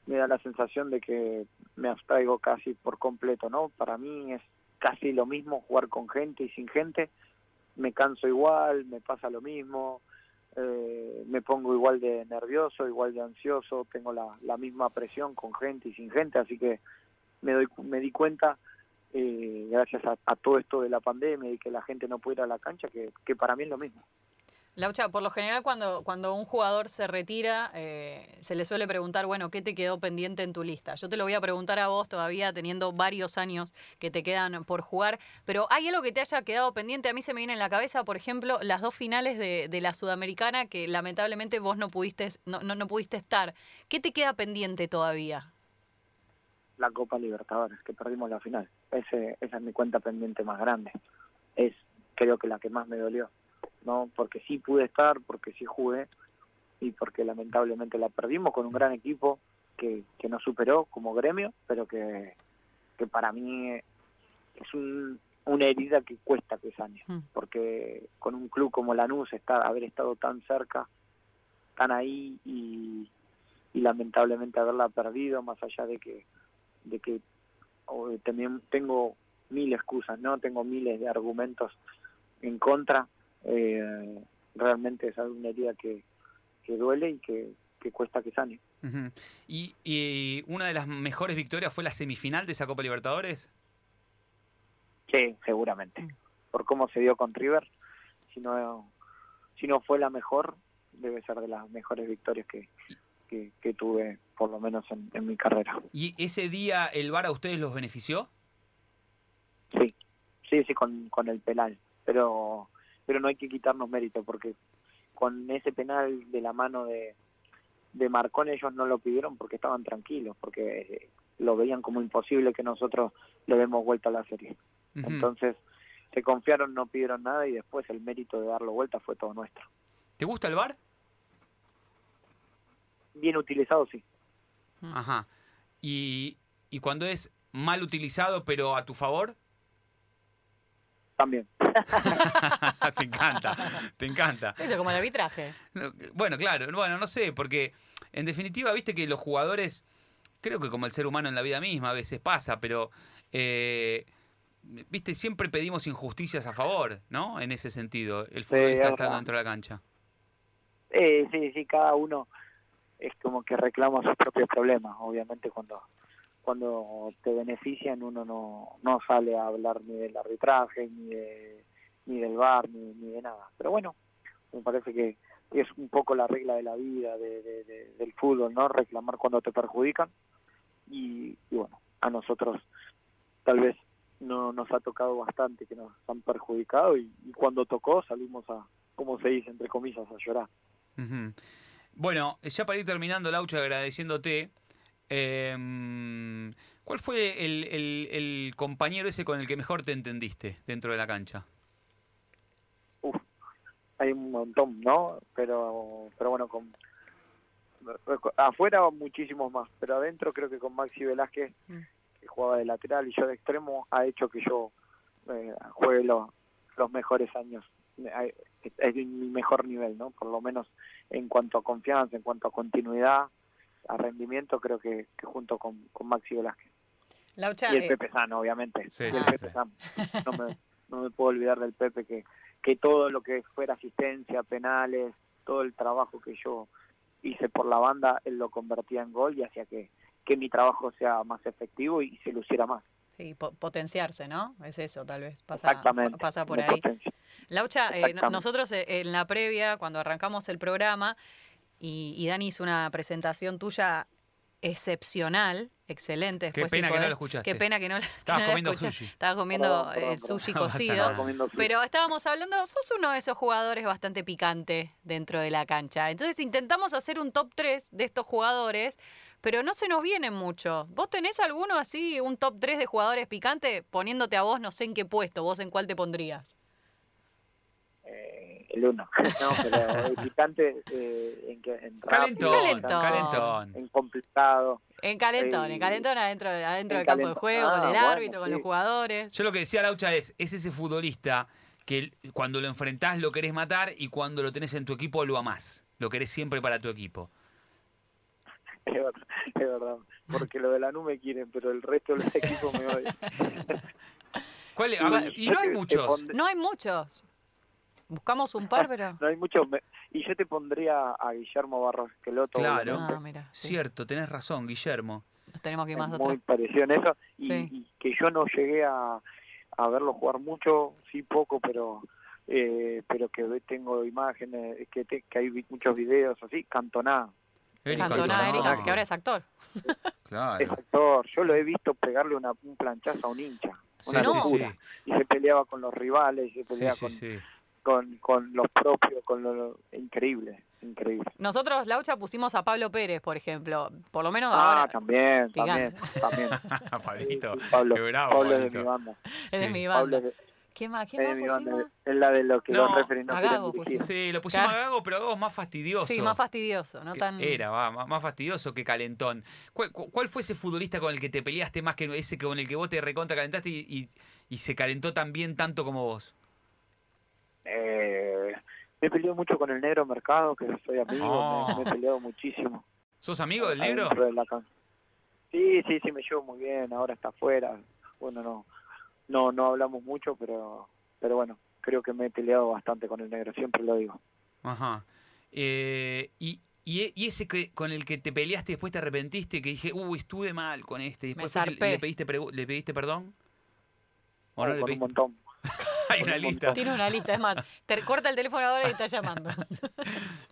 Speaker 3: me da la sensación de que me abstraigo casi por completo, ¿no? Para mí es casi lo mismo jugar con gente y sin gente. Me canso igual, me pasa lo mismo, eh, me pongo igual de nervioso, igual de ansioso, tengo la, la misma presión con gente y sin gente, así que me, doy, cu- me di cuenta eh, gracias a, a todo esto de la pandemia y que la gente no puede ir a la cancha, que, que para mí es lo mismo.
Speaker 2: Laucha, por lo general cuando, cuando un jugador se retira, eh, se le suele preguntar, bueno, ¿qué te quedó pendiente en tu lista? Yo te lo voy a preguntar a vos todavía teniendo varios años que te quedan por jugar, pero ¿hay algo que te haya quedado pendiente? A mí se me viene en la cabeza, por ejemplo, las dos finales de, de la Sudamericana que lamentablemente vos no pudiste, no, no, no pudiste estar. ¿Qué te queda pendiente todavía?
Speaker 3: la Copa Libertadores, que perdimos la final. Ese, esa es mi cuenta pendiente más grande. Es, creo que la que más me dolió, ¿no? Porque sí pude estar, porque sí jugué y porque lamentablemente la perdimos con un gran equipo que, que nos superó como gremio, pero que, que para mí es un- una herida que cuesta que sane
Speaker 2: Mm.
Speaker 3: porque con un club como Lanús estar, haber estado tan cerca, tan ahí y, y lamentablemente haberla perdido, más allá de que, de que oh, también tengo mil excusas, no, tengo miles de argumentos en contra, eh, realmente es una herida que, que duele y que, que cuesta que sane.
Speaker 1: Ujú. Y, y una de las mejores victorias fue la semifinal de esa Copa Libertadores.
Speaker 3: Sí, seguramente. Mm. Por cómo se dio con River, si no, si no fue la mejor, debe ser de las mejores victorias que, que, que tuve, por lo menos en, en mi carrera.
Speaker 1: ¿Y ese día el VAR a ustedes los benefició?
Speaker 3: Sí, sí, sí, con, con el penal. Pero, pero no hay que quitarnos mérito, porque con ese penal de la mano de, de Marcón ellos no lo pidieron porque estaban tranquilos, porque eh, lo veían como imposible que nosotros le demos vuelta a la serie.
Speaker 1: Ujú.
Speaker 3: Entonces se confiaron, no pidieron nada y después el mérito de darlo vuelta fue todo nuestro.
Speaker 1: ¿Te gusta el VAR?
Speaker 3: Bien utilizado, sí.
Speaker 2: Mm.
Speaker 1: Ajá. Y, y cuando es mal utilizado pero a tu favor,
Speaker 3: También.
Speaker 1: te encanta, te encanta.
Speaker 2: Eso como el arbitraje.
Speaker 1: No, Bueno, claro, bueno, no sé, porque en definitiva, viste que los jugadores creo que como el ser humano en la vida misma a veces pasa, pero eh, viste, siempre pedimos injusticias a favor, ¿no? En ese sentido, el futbolista
Speaker 3: es
Speaker 1: estando
Speaker 3: verdad.
Speaker 1: dentro de la cancha.
Speaker 3: Eh, sí, sí, cada uno es como que reclama sus propios problemas. Obviamente cuando cuando te benefician uno no, no sale a hablar ni del arbitraje, ni, de, ni del bar, ni, ni de nada. Pero bueno, me parece que es un poco la regla de la vida, de, de- de- del fútbol, ¿no? Reclamar cuando te perjudican. Y, y bueno, a nosotros tal vez no nos ha tocado bastante que nos han perjudicado y, y cuando tocó salimos a, como se dice, entre comillas, a llorar.
Speaker 1: Ujú. Bueno, ya para ir terminando, Laucha, agradeciéndote. eh, ¿Cuál fue el, el- el compañero ese con el que mejor te entendiste dentro de la cancha?
Speaker 3: hay un montón, ¿no? Pero, pero bueno, con afuera muchísimos más, pero adentro creo que con Maxi Velázquez,
Speaker 2: Mm.
Speaker 3: que jugaba de lateral y yo de extremo, ha hecho que yo eh, juegue lo- los mejores años. Me- hay- Es mi mejor nivel, ¿no? Por lo menos en cuanto a confianza, en cuanto a continuidad, a rendimiento, creo que, que junto con, con Maxi Velázquez.
Speaker 2: Laucha,
Speaker 3: Y el
Speaker 2: eh,
Speaker 3: Pepe Sano, obviamente.
Speaker 1: Sí,
Speaker 3: Y el
Speaker 1: sí,
Speaker 3: Pepe
Speaker 1: sí.
Speaker 3: Sano. No me, no me puedo olvidar del Pepe, que, que todo lo que fuera asistencia, penales, todo el trabajo que yo hice por la banda, él lo convertía en gol y hacía que, que mi trabajo sea más efectivo y se luciera más.
Speaker 2: sí, po- potenciarse, ¿no? Es eso, tal vez. Pasa,
Speaker 3: Exactamente.
Speaker 2: pasa por
Speaker 3: Me
Speaker 2: ahí.
Speaker 3: potencia.
Speaker 2: Laucha, eh,
Speaker 3: Exactamente.
Speaker 2: nosotros eh, en la previa, cuando arrancamos el programa, y, y Dani hizo una presentación tuya excepcional, excelente.
Speaker 1: Qué
Speaker 2: después si
Speaker 1: pena que no
Speaker 2: podés.
Speaker 1: la escuchaste.
Speaker 2: Qué pena que no la que
Speaker 1: Estabas
Speaker 2: no la
Speaker 1: comiendo
Speaker 2: escuché.
Speaker 1: sushi.
Speaker 2: Estabas comiendo
Speaker 3: Perdón, Oh, perdón,
Speaker 2: eh,
Speaker 3: perdón.
Speaker 2: sushi
Speaker 1: No pasa
Speaker 2: cocido.
Speaker 3: Estaba comiendo fruta.
Speaker 2: Pero estábamos hablando, sos uno de esos jugadores bastante picante dentro de la cancha. Entonces intentamos hacer un top 3 de estos jugadores, pero no se nos vienen muchos. ¿Vos tenés alguno así, un top 3 de jugadores picantes? Poniéndote a vos, no sé en qué puesto, vos en cuál te pondrías.
Speaker 3: Eh, el uno. No, pero el picante eh, en, que- en rápido,
Speaker 1: Calentón,
Speaker 2: Calentón.
Speaker 1: calentón.
Speaker 3: en complicado.
Speaker 2: En calentón, en
Speaker 3: Ey.
Speaker 2: calentón adentro, adentro del
Speaker 3: En
Speaker 2: campo de
Speaker 3: calentón.
Speaker 2: juego,
Speaker 3: Ah,
Speaker 2: con el
Speaker 3: bueno,
Speaker 2: árbitro, con
Speaker 3: sí.
Speaker 2: los jugadores.
Speaker 1: Yo lo que decía Laucha es, es ese futbolista que l- cuando lo enfrentás lo querés matar y cuando lo tenés en tu equipo lo amás. Lo querés siempre para tu equipo.
Speaker 3: Es verdad, es verdad, porque lo de la me quieren, pero el resto de los equipos me odian.
Speaker 1: ¿Cuál es? A ver, y
Speaker 3: Yo
Speaker 1: no hay
Speaker 3: te- te
Speaker 1: muchos.
Speaker 3: pondré-
Speaker 2: No hay muchos. Buscamos un par, pero...
Speaker 3: No hay muchos. me- Y yo te pondría a Guillermo Barros Esqueloto.
Speaker 1: Claro.
Speaker 3: obviamente.
Speaker 2: Ah, mira, sí.
Speaker 1: Cierto, tenés razón, Guillermo.
Speaker 2: Nos tenemos que ir más de
Speaker 3: Es
Speaker 2: otra.
Speaker 3: muy parecido en eso. Y,
Speaker 2: Sí.
Speaker 3: y que yo no llegué a, a verlo jugar mucho, sí poco, pero eh, pero que ve- tengo imágenes, que, te- que hay vi- muchos videos así. Cantoná
Speaker 1: Eric
Speaker 2: Cantona,
Speaker 3: Cantona.
Speaker 2: Eric, que ahora es actor.
Speaker 3: es
Speaker 1: Claro.
Speaker 3: actor. Yo lo he visto pegarle una, un planchazo a un hincha.
Speaker 1: Sí,
Speaker 3: Una
Speaker 1: sí,
Speaker 3: locura.
Speaker 1: sí.
Speaker 3: Y se peleaba con los rivales, y se
Speaker 1: Sí,
Speaker 3: peleaba
Speaker 1: sí,
Speaker 3: con,
Speaker 1: sí.
Speaker 3: Con, con los propios, con lo, lo- increíble, increíble.
Speaker 2: Nosotros, Laucha, pusimos a Pablo Pérez, por ejemplo. Por lo menos
Speaker 3: Ah,
Speaker 2: ahora
Speaker 3: también,
Speaker 2: Gigante.
Speaker 3: también, también. Sí,
Speaker 1: Pablito,
Speaker 3: sí, Pablo,
Speaker 1: qué bravo,
Speaker 3: Pablo es de
Speaker 1: Pablito.
Speaker 3: mi banda.
Speaker 2: es
Speaker 1: Sí.
Speaker 2: de mi
Speaker 3: Pablo
Speaker 2: banda.
Speaker 3: es de,
Speaker 2: ¿Quién más?
Speaker 3: es
Speaker 2: ¿Quién
Speaker 3: de
Speaker 2: más
Speaker 3: mi banda.
Speaker 2: pusimos?
Speaker 3: Es la de los que
Speaker 1: No, pues,
Speaker 3: los referees no
Speaker 2: a
Speaker 3: quieren
Speaker 2: Gago
Speaker 3: dirigir.
Speaker 2: pusimos.
Speaker 1: Sí, lo pusimos
Speaker 2: Claro.
Speaker 1: a Gago, pero a Gago más fastidioso.
Speaker 2: Sí, más fastidioso, no
Speaker 1: Que
Speaker 2: tan...
Speaker 1: Era, va, má- más fastidioso que calentón. ¿Cuál, cu- cuál fue ese futbolista con el que te peleaste más que ese con el que vos te recontra calentaste y, y- y se calentó tan bien tanto como vos?
Speaker 3: Eh, me he peleado mucho con el Negro Mercado, que soy amigo,
Speaker 1: Oh.
Speaker 3: me, me he peleado muchísimo.
Speaker 1: ¿Sos amigo del negro?
Speaker 3: adentro de la cancha. Sí, sí, sí, me llevo muy bien, ahora está afuera. Bueno, no no no hablamos mucho, pero pero bueno, creo que me he peleado bastante con el Negro, siempre lo digo.
Speaker 1: Ajá. Eh, y, y e- y ese que, con el que te peleaste y después te arrepentiste, que dije, uy, estuve mal con este. Y
Speaker 2: Me
Speaker 1: después fuiste y le,
Speaker 2: zarpé.
Speaker 1: le pediste pregu- le pediste perdón. ¿O no
Speaker 3: Ay,
Speaker 1: le
Speaker 3: con un
Speaker 1: pediste?
Speaker 3: montón.
Speaker 1: Hay
Speaker 3: con
Speaker 1: una
Speaker 3: un
Speaker 1: lista.
Speaker 2: Tiene una lista, es más, te corta el teléfono ahora y está llamando.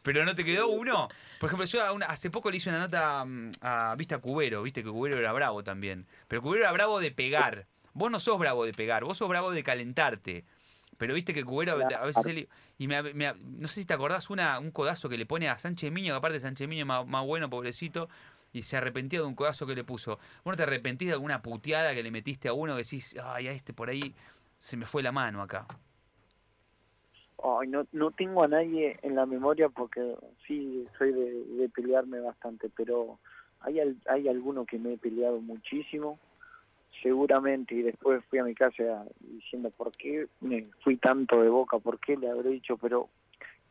Speaker 1: Pero no te quedó uno. Por ejemplo, yo a una- hace poco le hice una nota mm, a Vista Cubero, viste que Cubero era bravo también. Pero Cubero era bravo de pegar. Vos no sos bravo de pegar, vos sos bravo de calentarte. Pero viste que Cubero a- a veces... él- y me, me- no sé si te acordás una, un codazo que le pone a Sánchez Miño, que aparte Sánchez Miño es más, más bueno, pobrecito, y se arrepentía de un codazo que le puso. ¿Vos no te arrepentís de alguna puteada que le metiste a uno que decís, ay, a este por ahí se me fue la mano acá?
Speaker 3: Ay, no, no tengo a nadie en la memoria porque sí, soy de, de pelearme bastante, pero hay, al- hay alguno que me he peleado muchísimo, seguramente, y después fui a mi casa diciendo, ¿por qué me fui tanto de boca? ¿Por qué le habré dicho? Pero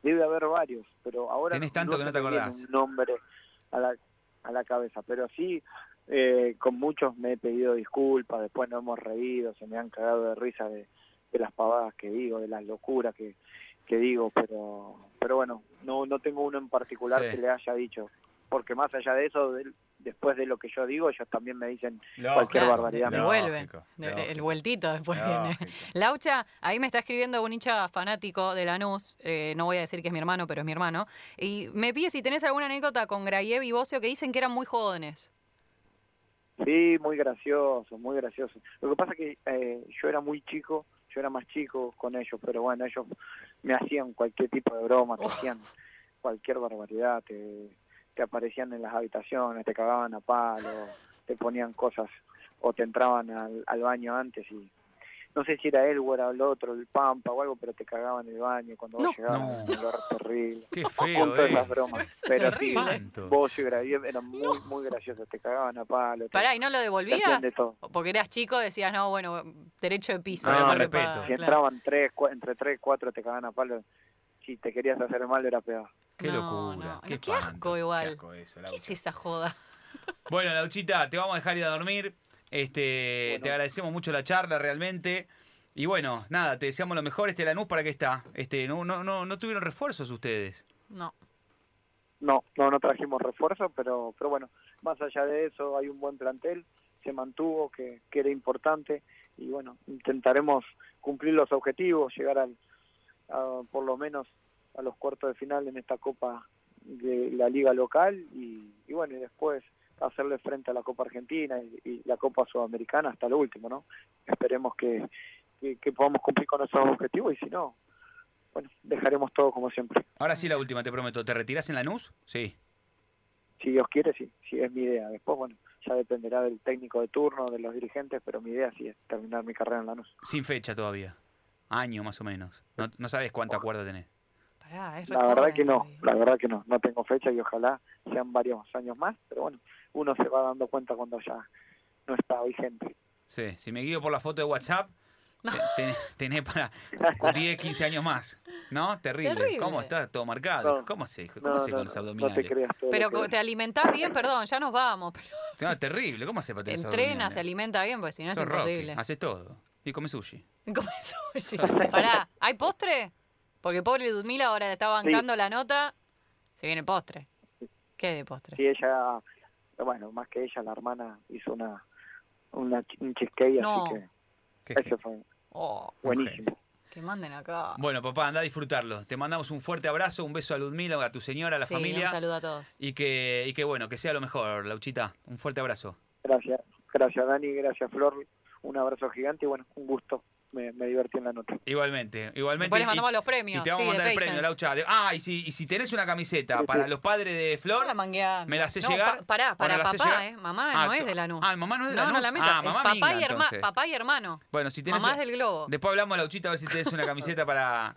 Speaker 3: debe haber varios, pero ahora
Speaker 1: Tenés tanto que no
Speaker 3: se
Speaker 1: te
Speaker 3: me viene
Speaker 1: acordás.
Speaker 3: un nombre a la, a la cabeza, pero sí, eh, Eh, con muchos me he pedido disculpas, después no hemos reído, se me han cagado de risa de, de las pavadas que digo, de las locuras que, que digo, pero pero bueno, no, no tengo uno en particular
Speaker 1: Sí.
Speaker 3: que le haya dicho, porque más allá de eso, del- después de lo que yo digo, ellos también me dicen
Speaker 1: Lógico.
Speaker 3: cualquier
Speaker 2: Claro,
Speaker 3: barbaridad.
Speaker 2: te
Speaker 1: Lógico,
Speaker 2: vuelven.
Speaker 1: lógico.
Speaker 2: El vueltito después viene.
Speaker 1: Lógico.
Speaker 2: Laucha, ahí me está escribiendo un hincha fanático de Lanús, eh, no voy a decir que es mi hermano, pero es mi hermano, y me pide si tenés alguna anécdota con Grayev y Bocio que dicen que eran muy jóvenes.
Speaker 3: Sí, muy gracioso, muy gracioso. Lo que pasa es que eh, yo era muy chico, yo era más chico con ellos, pero bueno, ellos me hacían cualquier tipo de broma,
Speaker 2: Oh.
Speaker 3: te hacían cualquier barbaridad, te, te aparecían en las habitaciones, te cagaban a palo, te ponían cosas o te entraban al, al baño antes y no sé si era él o era el otro, el Pampa o algo, pero te cagaban el baño cuando
Speaker 2: No.
Speaker 3: vos llegabas,
Speaker 1: No.
Speaker 3: un olor terrible.
Speaker 1: Qué
Speaker 3: Con
Speaker 1: feo
Speaker 3: todas esas
Speaker 1: es.
Speaker 3: bromas.
Speaker 2: Es
Speaker 3: Pero sí,
Speaker 2: terrible.
Speaker 1: Espanto.
Speaker 3: vos y Graviev eran muy, muy graciosos, te cagaban a palo. te-
Speaker 2: Pará, ¿y no lo
Speaker 3: te hacían
Speaker 2: devolvías?
Speaker 3: de todo.
Speaker 2: Porque eras chico, decías, no, bueno, derecho de piso.
Speaker 1: No,
Speaker 2: no te
Speaker 1: respeto.
Speaker 2: pagan,
Speaker 3: Si
Speaker 2: Ah, claro.
Speaker 3: entraban tres, cua- entre tres, cuatro, te cagaban a palo. Si te querías hacer mal, era peor.
Speaker 1: Qué
Speaker 2: No,
Speaker 1: locura.
Speaker 2: no,
Speaker 1: Qué,
Speaker 2: no, qué asco
Speaker 1: espanto,
Speaker 2: igual.
Speaker 1: Qué asco eso,
Speaker 2: ¿Qué
Speaker 1: Laucha.
Speaker 2: es esa joda?
Speaker 1: Bueno, Lauchita, te vamos a dejar ir a dormir. Este,
Speaker 3: Bueno.
Speaker 1: Te agradecemos mucho la charla realmente. Y bueno, nada, te deseamos lo mejor. Este Lanús, ¿para qué está? Este, no, no, no, no tuvieron refuerzos ustedes.
Speaker 2: No.
Speaker 3: No, no, no trajimos refuerzos, pero, pero bueno, más allá de eso, hay un buen plantel, se mantuvo, que, que era importante, y bueno, intentaremos cumplir los objetivos, llegar al, a- por lo menos a los cuartos de final en esta Copa de la Liga Local, y, y bueno, y después hacerle frente a la Copa Argentina y, y la Copa Sudamericana hasta lo último, ¿no? Esperemos que, que, que podamos cumplir con esos objetivos, y si no, bueno, dejaremos todo como siempre.
Speaker 1: Ahora sí, la última, te prometo. ¿Te retirás en Lanús? Sí.
Speaker 3: si Dios quiere, sí, sí, es mi idea. Después, bueno, ya dependerá del técnico de turno, de los dirigentes, pero mi idea sí es terminar mi carrera en Lanús.
Speaker 1: Sin fecha todavía. Año más o menos. No, no sabes cuánta cuerda tenés.
Speaker 2: Pará, es re
Speaker 3: La verdad
Speaker 2: joven
Speaker 3: que no,
Speaker 2: todavía.
Speaker 3: la verdad que no, no tengo fecha y ojalá sean varios años más, pero bueno, uno se va dando cuenta cuando ya no está vigente.
Speaker 1: Sí, si me guío por la foto de WhatsApp, te- tenés, tenés para 10, 15 años más. ¿No? Terrible.
Speaker 2: Terrible.
Speaker 1: ¿Cómo está todo marcado?
Speaker 3: No.
Speaker 1: ¿Cómo se, cómo
Speaker 3: No,
Speaker 1: se eh?
Speaker 3: no,
Speaker 1: con los
Speaker 3: no, no
Speaker 1: abdominales?
Speaker 3: te creas todo lo
Speaker 2: Pero
Speaker 3: que
Speaker 2: co-
Speaker 3: ves.
Speaker 2: te alimentás bien, perdón, ya nos vamos. Pero
Speaker 1: No, terrible. ¿Cómo hace para tener esos
Speaker 2: entrena,
Speaker 1: abdominales?
Speaker 2: se alimenta bien, porque si no es
Speaker 1: Sos Rocky,
Speaker 2: imposible.
Speaker 1: Haces todo. Y come sushi.
Speaker 2: Come sushi. Pará, ¿hay postre? Porque pobre Ludmila ahora le está bancando la nota. Se viene postre. ¿Qué hay de postre?
Speaker 3: Sí, ella, bueno, más que ella, la hermana hizo una, una chi- un cheesecake,
Speaker 2: No.
Speaker 3: así
Speaker 1: Qué
Speaker 3: que
Speaker 1: genio.
Speaker 3: eso fue
Speaker 2: Oh,
Speaker 3: buenísimo.
Speaker 2: que manden acá.
Speaker 1: Bueno, papá, anda a disfrutarlo. Te mandamos un fuerte abrazo, un beso a Ludmila, a tu señora, a la
Speaker 2: Sí,
Speaker 1: familia.
Speaker 2: un saludo a todos.
Speaker 1: Y que, y que bueno, que sea lo mejor, Lauchita. Un fuerte abrazo.
Speaker 3: Gracias, gracias Dani, gracias Flor, un abrazo gigante y bueno, un gusto, me, me divertí en la nota.
Speaker 1: Igualmente, igualmente.
Speaker 2: Después les
Speaker 1: Y-
Speaker 2: mandamos los
Speaker 1: Y
Speaker 2: premios.
Speaker 1: te vamos a
Speaker 2: sí,
Speaker 1: mandar
Speaker 2: de
Speaker 1: el premio,
Speaker 2: Patience.
Speaker 1: Laucha. De- Ah, y si, y si tenés una camiseta
Speaker 3: Sí,
Speaker 1: para
Speaker 3: sí.
Speaker 1: los padres de Flor,
Speaker 2: No la manguean.
Speaker 1: me la sé
Speaker 2: No,
Speaker 1: llegar.
Speaker 2: pa- pará, para
Speaker 1: Bueno, la sé
Speaker 2: papá,
Speaker 1: llegar.
Speaker 2: ¿eh? Mamá
Speaker 1: Ah,
Speaker 2: no es
Speaker 1: to-
Speaker 2: de Lanús.
Speaker 1: Ah, mamá no es de
Speaker 2: No,
Speaker 1: Lanús.
Speaker 2: no la metas.
Speaker 1: Ah,
Speaker 2: Es
Speaker 1: mamá
Speaker 2: papá,
Speaker 1: minga,
Speaker 2: y herma-
Speaker 1: entonces.
Speaker 2: papá y hermano.
Speaker 1: Bueno, si tenés.
Speaker 2: Mamá es del globo.
Speaker 1: Después hablamos, Lauchita, a ver si tenés una camiseta para,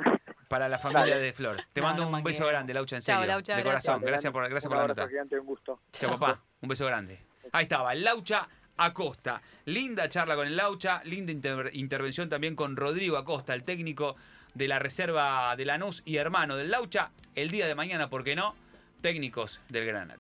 Speaker 1: para la familia de Flor. Te
Speaker 2: No,
Speaker 1: mando
Speaker 2: no
Speaker 1: un
Speaker 2: mangueo.
Speaker 1: beso grande, Laucha, en
Speaker 2: Chao,
Speaker 1: serio.
Speaker 2: Laucha,
Speaker 1: de
Speaker 2: gracias.
Speaker 1: corazón. Gracias por, gracias por la
Speaker 3: Un abrazo
Speaker 1: nota.
Speaker 3: gigante, un gusto.
Speaker 1: Chao, papá. Un beso grande. Ahí estaba, el Laucha Acosta. Linda charla con el Laucha, linda inter- intervención también con Rodrigo Acosta, el técnico de la reserva de Lanús y hermano del Laucha. El día de mañana, ¿por qué no? Técnicos del Granate.